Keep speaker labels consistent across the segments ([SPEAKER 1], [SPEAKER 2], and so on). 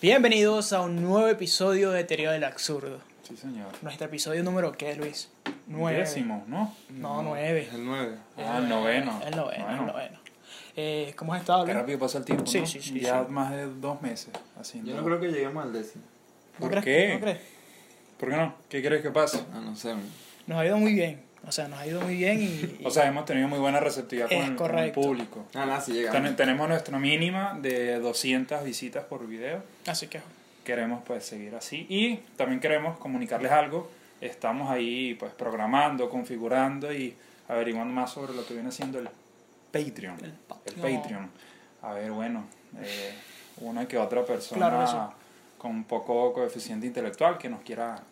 [SPEAKER 1] Bienvenidos a un nuevo episodio de Teoría del Absurdo.
[SPEAKER 2] Sí, señor.
[SPEAKER 1] Nuestro episodio número, ¿qué, Luis? Nueve.
[SPEAKER 2] Décimo, ¿no?
[SPEAKER 1] No, nueve.
[SPEAKER 3] El 9.
[SPEAKER 2] Ah, el noveno.
[SPEAKER 1] El noveno, el
[SPEAKER 2] Noveno.
[SPEAKER 1] noveno. Eh, ¿Cómo has estado,
[SPEAKER 2] Qué
[SPEAKER 1] Luis?
[SPEAKER 2] rápido pasa el tiempo,
[SPEAKER 1] Sí,
[SPEAKER 2] ¿no?
[SPEAKER 1] sí, sí,
[SPEAKER 2] Ya más de dos meses haciendo.
[SPEAKER 3] Yo no creo que lleguemos al décimo.
[SPEAKER 1] ¿No
[SPEAKER 2] ¿Por
[SPEAKER 1] crees?
[SPEAKER 2] qué?
[SPEAKER 1] ¿No crees?
[SPEAKER 2] ¿Por qué no? ¿Qué crees que pase?
[SPEAKER 3] Ah, no sé.
[SPEAKER 1] Nos ha ido muy bien. O sea, nos ha ido muy bien y... y-
[SPEAKER 2] O sea, hemos tenido muy buena receptividad con
[SPEAKER 1] Es
[SPEAKER 2] el, con el
[SPEAKER 1] correcto.
[SPEAKER 2] público.
[SPEAKER 3] Ah, nada, si
[SPEAKER 2] Ten-
[SPEAKER 3] llegamos.
[SPEAKER 2] tenemos nuestra mínima de 200 visitas por video.
[SPEAKER 1] así que...
[SPEAKER 2] Queremos pues seguir así y también queremos comunicarles algo. Estamos ahí pues programando, configurando y averiguando más sobre lo que viene siendo el Patreon.
[SPEAKER 1] El
[SPEAKER 2] el
[SPEAKER 1] Patreon.
[SPEAKER 2] Patreon. A ver, bueno, eh, una que otra persona
[SPEAKER 1] Claro, eso.
[SPEAKER 2] con un poco coeficiente intelectual que nos quiera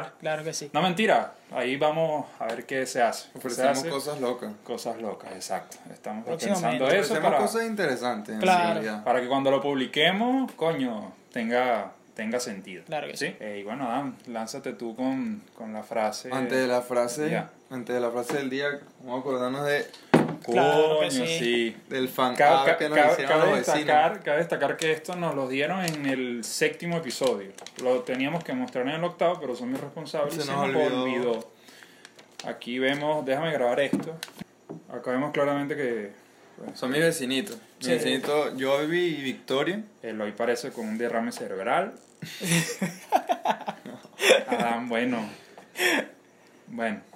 [SPEAKER 1] Donar, Claro que sí.
[SPEAKER 2] No mentira, ahí vamos a ver qué se hace. Se
[SPEAKER 3] Ofrecemos
[SPEAKER 2] hace
[SPEAKER 3] cosas locas.
[SPEAKER 2] cosas locas, exacto. Estamos
[SPEAKER 1] Próximamente.
[SPEAKER 2] pensando eso
[SPEAKER 3] Ofrecemos
[SPEAKER 2] para, Ah,
[SPEAKER 3] cosas interesantes. en
[SPEAKER 1] Claro.
[SPEAKER 3] realidad.
[SPEAKER 2] para que cuando lo publiquemos, coño, tenga, tenga sentido.
[SPEAKER 1] Claro que sí.
[SPEAKER 2] Eh, y bueno, Adam, lánzate tú con, con la frase.
[SPEAKER 3] Antes de la frase,
[SPEAKER 2] Ya.
[SPEAKER 3] antes de la frase del día, vamos a acordarnos de,
[SPEAKER 1] Claro que
[SPEAKER 2] Coño,
[SPEAKER 1] sí.
[SPEAKER 2] sí.
[SPEAKER 3] del fan
[SPEAKER 2] Ca-
[SPEAKER 3] art
[SPEAKER 2] ca-
[SPEAKER 3] que nos
[SPEAKER 2] ca-
[SPEAKER 3] hicieron
[SPEAKER 2] cabe,
[SPEAKER 3] los vecinos.
[SPEAKER 2] destacar, cabe destacar que esto nos lo dieron en el séptimo episodio. Lo teníamos que mostrar en el octavo, pero son mis responsables. y
[SPEAKER 3] Se
[SPEAKER 2] Se
[SPEAKER 3] nos
[SPEAKER 2] nos
[SPEAKER 3] olvidó.
[SPEAKER 2] olvidó. Aquí vemos, déjame grabar esto. Acá vemos claramente que
[SPEAKER 3] Son mis vecinitos. Mis
[SPEAKER 1] Sí.
[SPEAKER 3] vecinitos Jovi y Victoria.
[SPEAKER 2] el hoy Eh, parece con un derrame cerebral. Adam, bueno. Bueno.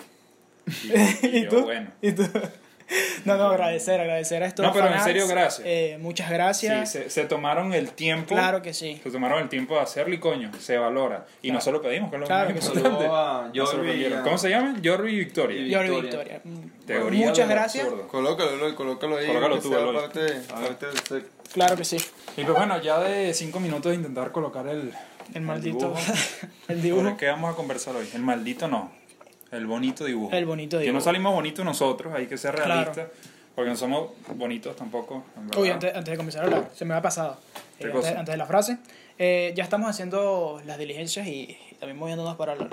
[SPEAKER 2] Y, y
[SPEAKER 1] ¿Y
[SPEAKER 2] yo,
[SPEAKER 1] tú?
[SPEAKER 2] bueno.
[SPEAKER 1] Y tú- No, no, agradecer, agradecer a estos
[SPEAKER 2] No, pero en
[SPEAKER 1] fanarts.
[SPEAKER 2] serio, gracias.
[SPEAKER 1] Eh, muchas
[SPEAKER 2] Sí,
[SPEAKER 1] gracias.
[SPEAKER 2] se, se tomaron el tiempo.
[SPEAKER 1] Claro que sí.
[SPEAKER 2] Se tomaron el tiempo de hacerlo y coño, se valora. Y
[SPEAKER 1] Claro.
[SPEAKER 2] nosotros pedimos, que es lo
[SPEAKER 1] Claro
[SPEAKER 2] más
[SPEAKER 1] que sí.
[SPEAKER 2] importante.
[SPEAKER 3] Saludo a
[SPEAKER 2] Nos
[SPEAKER 3] Jorvi y
[SPEAKER 2] sorprendieron.
[SPEAKER 3] a-
[SPEAKER 2] ¿Cómo se llama? Jorvi Victoria.
[SPEAKER 3] Y-
[SPEAKER 1] Yo ahora
[SPEAKER 3] Victoria.
[SPEAKER 1] Victoria. Mm,
[SPEAKER 2] Teoría
[SPEAKER 1] Muchas
[SPEAKER 2] del
[SPEAKER 1] gracias.
[SPEAKER 2] absurdo.
[SPEAKER 3] Colócalo, Eloy, colócalo ahí.
[SPEAKER 2] Colócalo
[SPEAKER 3] que
[SPEAKER 2] tú,
[SPEAKER 3] sea
[SPEAKER 2] Eloy.
[SPEAKER 3] parte- parte del set.
[SPEAKER 1] Claro que sí.
[SPEAKER 2] Y pues bueno, ya de cinco minutos de intentar colocar el,
[SPEAKER 1] El maldito...
[SPEAKER 2] dibujo.
[SPEAKER 1] El
[SPEAKER 2] ¿Sobre
[SPEAKER 1] dibujo.
[SPEAKER 2] qué vamos a conversar hoy? El maldito no. El bonito dibujo.
[SPEAKER 1] El bonito
[SPEAKER 2] Que no
[SPEAKER 1] dibujo.
[SPEAKER 2] salimos bonitos nosotros, hay que ser
[SPEAKER 1] Claro.
[SPEAKER 2] realistas. Porque no somos bonitos tampoco. en verdad.
[SPEAKER 1] Uy, antes, antes de comenzar a hablar, se me ha pasado.
[SPEAKER 2] ¿Qué
[SPEAKER 1] Eh, antes,
[SPEAKER 2] cosa?
[SPEAKER 1] antes de la frase, eh, ya estamos haciendo las diligencias y, y también moviéndonos para lo,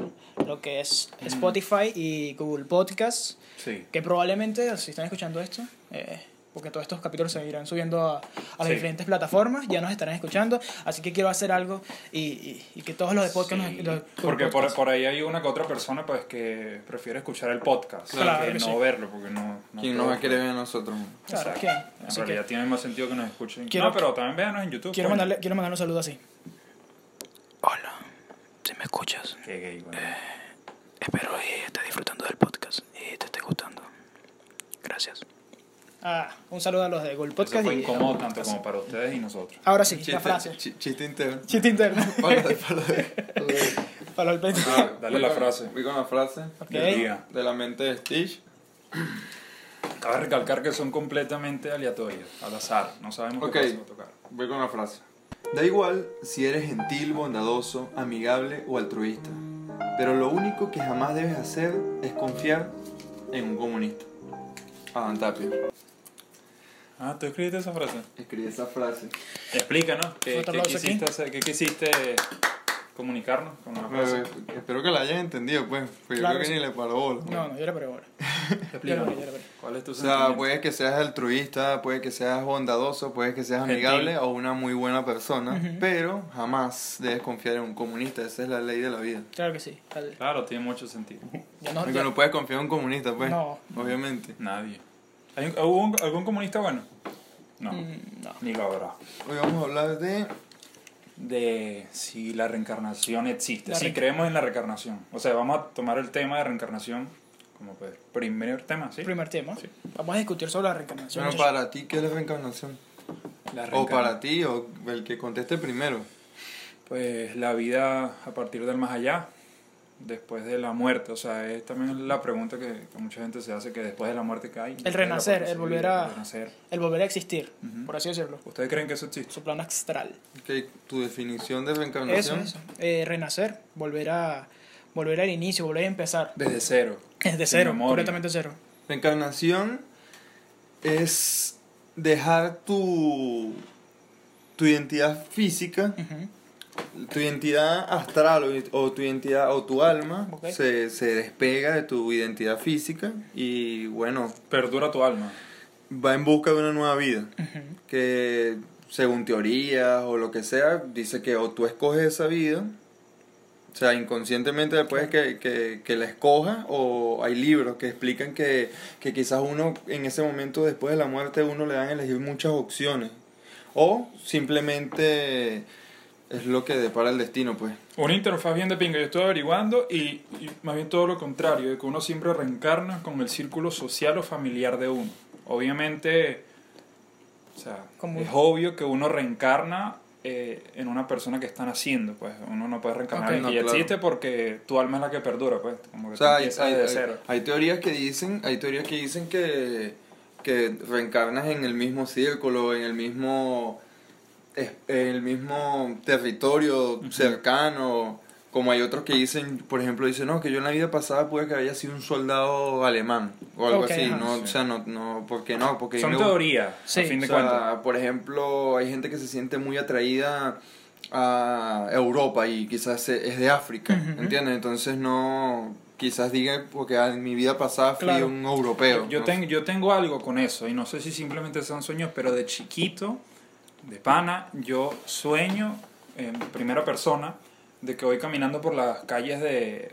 [SPEAKER 1] lo que es
[SPEAKER 2] Mm.
[SPEAKER 1] Spotify y Google Podcasts,
[SPEAKER 2] Sí.
[SPEAKER 1] que probablemente, si están escuchando esto, eh, porque todos estos capítulos se irán subiendo a, a las
[SPEAKER 2] Sí.
[SPEAKER 1] diferentes plataformas, ya nos estarán escuchando, así que quiero hacer algo y, y- y que todos los de podcast
[SPEAKER 2] Sí.
[SPEAKER 1] nos los-
[SPEAKER 2] porque por,
[SPEAKER 1] podcast-
[SPEAKER 2] por ahí hay una que otra persona pues que prefiere escuchar el podcast
[SPEAKER 1] Claro
[SPEAKER 2] que
[SPEAKER 1] que
[SPEAKER 2] no
[SPEAKER 1] sí.
[SPEAKER 2] verlo porque no, no pues.
[SPEAKER 3] ¿Quién nos va a querer ver a nosotros?
[SPEAKER 1] Claro,
[SPEAKER 2] Exacto.
[SPEAKER 1] ¿quién?
[SPEAKER 2] En
[SPEAKER 1] Así
[SPEAKER 2] realidad
[SPEAKER 1] que
[SPEAKER 2] tiene más sentido que nos escuchen.
[SPEAKER 1] Quiero-
[SPEAKER 2] no, pero también véanos en YouTube.
[SPEAKER 1] quiero,
[SPEAKER 2] coño.
[SPEAKER 1] mandarle, quiero mandar un saludo así. Hola, si me escuchas.
[SPEAKER 2] Qué gay, güey.
[SPEAKER 1] Espero que estés disfrutando del podcast y te esté gustando. Gracias. Ah, un saludo a los de Google
[SPEAKER 2] Eso
[SPEAKER 1] Podcast.
[SPEAKER 2] fue
[SPEAKER 1] y-
[SPEAKER 2] incómodo tanto como para ustedes y nosotros.
[SPEAKER 1] Ahora sí, la
[SPEAKER 3] Chiste-
[SPEAKER 1] frase.
[SPEAKER 3] chi- Chiste interno.
[SPEAKER 1] Chiste interno.
[SPEAKER 3] Para- para-
[SPEAKER 1] Para el pecho.
[SPEAKER 3] Ah,
[SPEAKER 2] Dale
[SPEAKER 3] voy
[SPEAKER 2] la
[SPEAKER 3] con-
[SPEAKER 2] frase.
[SPEAKER 3] Voy con la frase
[SPEAKER 1] Ok.
[SPEAKER 2] Del día.
[SPEAKER 3] de la mente de Stitch.
[SPEAKER 2] Cabe recalcar que son completamente aleatorias, al azar. No sabemos
[SPEAKER 3] Ok.
[SPEAKER 2] qué cosa va a tocar.
[SPEAKER 3] Voy con la frase. Da igual si eres gentil, bondadoso, amigable o altruista. Pero lo único que jamás debes hacer es confiar en un comunista. Adam Tapia.
[SPEAKER 2] Ah, ¿tú escribiste esa frase?
[SPEAKER 3] Escribí esa frase.
[SPEAKER 2] Explícanos, ¿qué,
[SPEAKER 1] Otro
[SPEAKER 2] qué
[SPEAKER 1] aplauso aquí.
[SPEAKER 2] quisiste, hacer- qué quisiste comunicarnos con la frase?
[SPEAKER 3] Eh, Espero que la hayan entendido, pues. Porque
[SPEAKER 1] Claro
[SPEAKER 3] yo
[SPEAKER 1] que
[SPEAKER 3] creo que
[SPEAKER 1] sí.
[SPEAKER 3] ni le paró bola.
[SPEAKER 1] No, no, yo le pego ahora. Yo le
[SPEAKER 2] Explícanos.
[SPEAKER 1] pego, yo le pego.
[SPEAKER 2] ¿Cuál es tu
[SPEAKER 3] O sea,
[SPEAKER 2] sentimiento?
[SPEAKER 3] puede que seas altruista, puede que seas bondadoso, puede que seas
[SPEAKER 2] Gentil.
[SPEAKER 3] amigable o una muy buena persona, pero jamás debes confiar en un comunista, esa es la ley de la vida.
[SPEAKER 1] Claro que sí. Al-
[SPEAKER 2] Claro, tiene mucho sentido.
[SPEAKER 1] Ya no,
[SPEAKER 3] Porque
[SPEAKER 1] Ah, ya-
[SPEAKER 3] no puedes confiar en un comunista, pues.
[SPEAKER 1] No.
[SPEAKER 3] Obviamente.
[SPEAKER 2] Nadie. ¿Hay un- ¿Hubo un- algún comunista bueno? No,
[SPEAKER 1] Mm, no.
[SPEAKER 2] ni lo habrá.
[SPEAKER 3] Hoy vamos a hablar de.
[SPEAKER 2] de si la reencarnación existe,
[SPEAKER 1] La
[SPEAKER 2] si
[SPEAKER 1] reen-
[SPEAKER 2] creemos en la reencarnación. O sea, vamos a tomar el tema de reencarnación como pues, primer tema, ¿sí?
[SPEAKER 1] Primer tema. Vamos a discutir sobre la reencarnación.
[SPEAKER 3] Bueno, para ti, ¿qué es la reencarnación?
[SPEAKER 2] La
[SPEAKER 3] O
[SPEAKER 2] reencarn-
[SPEAKER 3] para ti, o el que conteste primero.
[SPEAKER 2] Pues la vida a partir del más allá, después de la muerte. O sea, es también la pregunta que, que mucha gente se hace, que después de la muerte que hay. después de la
[SPEAKER 1] renacer,
[SPEAKER 2] propia
[SPEAKER 1] el volver
[SPEAKER 2] vida,
[SPEAKER 1] a-
[SPEAKER 2] el renacer.
[SPEAKER 1] El volver a existir,
[SPEAKER 2] Ujú.
[SPEAKER 1] por así decirlo.
[SPEAKER 2] ¿Ustedes creen que eso existe?
[SPEAKER 1] Su plano astral.
[SPEAKER 3] Ok, tu definición de
[SPEAKER 1] Eso,
[SPEAKER 3] reencarnación.
[SPEAKER 1] eso. Eh, renacer. Volver a. Volver al inicio, volver a empezar.
[SPEAKER 2] Desde cero.
[SPEAKER 1] Desde
[SPEAKER 2] Sin
[SPEAKER 1] cero,
[SPEAKER 2] memoria.
[SPEAKER 1] completamente cero.
[SPEAKER 3] Reencarnación es dejar tu. tu identidad física.
[SPEAKER 1] Ujú.
[SPEAKER 3] tu identidad astral o, o tu identidad o tu alma
[SPEAKER 1] Ok.
[SPEAKER 3] se, se despega de tu identidad física y bueno
[SPEAKER 2] Perdura tu alma.
[SPEAKER 3] va en busca de una nueva vida que según teorías o lo que sea, dice que o tú escoges esa vida, o sea, inconscientemente después que, que, que la escojas, o hay libros que explican que, que quizás uno en ese momento después de la muerte uno le dan a elegir muchas opciones, o simplemente es lo que depara el destino, pues.
[SPEAKER 2] Una interfaz bien de pinga, yo estoy averiguando y, y más bien todo lo contrario, de que uno siempre reencarna con el círculo social o familiar de uno. Obviamente, o sea,
[SPEAKER 1] Como-
[SPEAKER 2] es obvio que uno reencarna eh, en una persona que están haciendo, pues uno no puede reencarnar
[SPEAKER 1] Ok.
[SPEAKER 2] en
[SPEAKER 3] No,
[SPEAKER 2] que ya
[SPEAKER 3] claro.
[SPEAKER 2] existe porque tu alma es la que perdura, pues, como que
[SPEAKER 3] O
[SPEAKER 2] tú
[SPEAKER 3] sea, hay,
[SPEAKER 2] empiezas
[SPEAKER 3] hay-
[SPEAKER 2] desde
[SPEAKER 3] hay-
[SPEAKER 2] cero.
[SPEAKER 3] hay teorías que dicen, hay teorías que dicen que, que reencarnas en el mismo círculo, en el mismo es- en el mismo territorio cercano, como hay otros que dicen, por ejemplo, dicen, no, que yo en la vida pasada puede que haya sido un soldado alemán o algo
[SPEAKER 1] Ok,
[SPEAKER 3] así,
[SPEAKER 1] ajá,
[SPEAKER 3] no,
[SPEAKER 2] sí.
[SPEAKER 3] o sea, no, no, ¿por qué no? Porque a mí
[SPEAKER 2] Son
[SPEAKER 3] me gusta-
[SPEAKER 2] teorías,
[SPEAKER 1] Sí.
[SPEAKER 2] a fin de
[SPEAKER 3] o sea,
[SPEAKER 2] cuentas.
[SPEAKER 3] por ejemplo, hay gente que se siente muy atraída a Europa y quizás e- es de África,
[SPEAKER 1] Ujú.
[SPEAKER 3] ¿entiendes? Entonces no, quizás diga, porque ah, en mi vida pasada fui
[SPEAKER 1] Claro.
[SPEAKER 3] un europeo.
[SPEAKER 2] Yo,
[SPEAKER 3] ¿no?
[SPEAKER 2] tengo, yo tengo algo con eso, y no sé si simplemente son sueños, pero de chiquito, de pana, yo sueño en primera persona de que voy caminando por las calles de,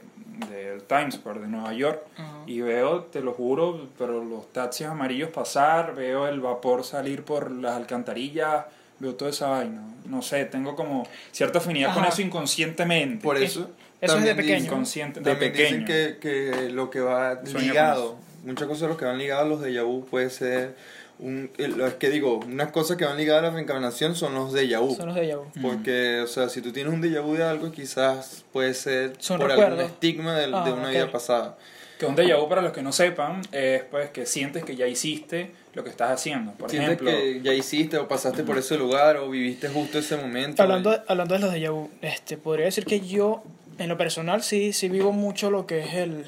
[SPEAKER 2] del Times Square de Nueva York
[SPEAKER 1] Ajá.
[SPEAKER 2] y veo, te lo juro, pero los taxis amarillos pasar, veo el vapor salir por las alcantarillas, veo toda esa vaina. No sé, tengo como cierta afinidad con
[SPEAKER 1] Ajá.
[SPEAKER 2] eso inconscientemente.
[SPEAKER 3] Por
[SPEAKER 1] Eh,
[SPEAKER 3] eso.
[SPEAKER 1] eso es de
[SPEAKER 3] también
[SPEAKER 1] pequeño.
[SPEAKER 3] dicen-
[SPEAKER 2] Inconsciente, de
[SPEAKER 3] también
[SPEAKER 2] pequeño.
[SPEAKER 3] dicen que, que lo que va
[SPEAKER 2] Sueño con
[SPEAKER 3] ligado, muchas cosas de lo que van ligadas a los de vu puede ser. Un, el- es que digo, unas cosas que van ligadas a la reencarnación son los de vu.
[SPEAKER 1] Ah. Son los de Yahoo.
[SPEAKER 3] Porque, o sea, si tú tienes un déjà vu de algo, quizás puede ser
[SPEAKER 1] Son
[SPEAKER 3] por algún
[SPEAKER 1] recuerdos.
[SPEAKER 3] estigma del- de,
[SPEAKER 1] Ah,
[SPEAKER 3] una
[SPEAKER 1] ok.
[SPEAKER 3] vida pasada.
[SPEAKER 2] Que un déjà vu, para los que no sepan, es pues que sientes que ya hiciste lo que estás haciendo. Por
[SPEAKER 3] Sientes
[SPEAKER 2] ejemplo,
[SPEAKER 3] que ya hiciste o pasaste por ese lugar o viviste justo ese momento.
[SPEAKER 1] Hablando, hablando de los de vu, este, podría decir que yo, en lo personal, sí, sí vivo mucho lo que es el,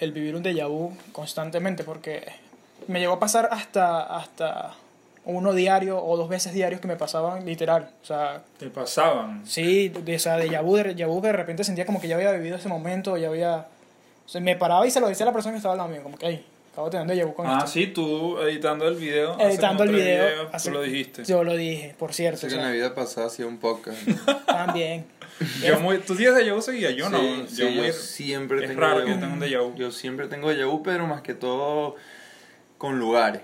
[SPEAKER 1] el vivir un déjà vu constantemente, porque me llegó a pasar hasta, hasta uno diario o dos veces diarios que me pasaban literal. O sea,
[SPEAKER 2] te pasaban.
[SPEAKER 1] sí, de, o sea, déjà vu, de déjà vu, que de repente sentía como que ya había vivido ese momento, ya había... o sea, me paraba y se lo decía a la persona que estaba al lado mío, como que, hey, acabo de tener un déjà vu con
[SPEAKER 2] Ah,
[SPEAKER 1] esto".
[SPEAKER 2] sí, tú editando el video. hace
[SPEAKER 1] Editando
[SPEAKER 2] como
[SPEAKER 1] el
[SPEAKER 2] tres
[SPEAKER 1] video,
[SPEAKER 2] videos,
[SPEAKER 1] hace-
[SPEAKER 2] tú lo dijiste. Yo,
[SPEAKER 1] Yo lo dije, por cierto.
[SPEAKER 3] Sé
[SPEAKER 1] o
[SPEAKER 3] que en
[SPEAKER 1] sea,
[SPEAKER 3] la vida pasada hacía un podcast.
[SPEAKER 1] también.
[SPEAKER 2] muy, tú tienes déjà vu seguía, yo no.
[SPEAKER 3] Sí, sí,
[SPEAKER 2] yo muy-
[SPEAKER 3] siempre
[SPEAKER 2] es
[SPEAKER 3] tengo
[SPEAKER 2] raro
[SPEAKER 3] déjà
[SPEAKER 2] que
[SPEAKER 3] vu.
[SPEAKER 2] yo tenga un déjà vu.
[SPEAKER 3] Yo siempre tengo déjà vu, pero más que todo con lugares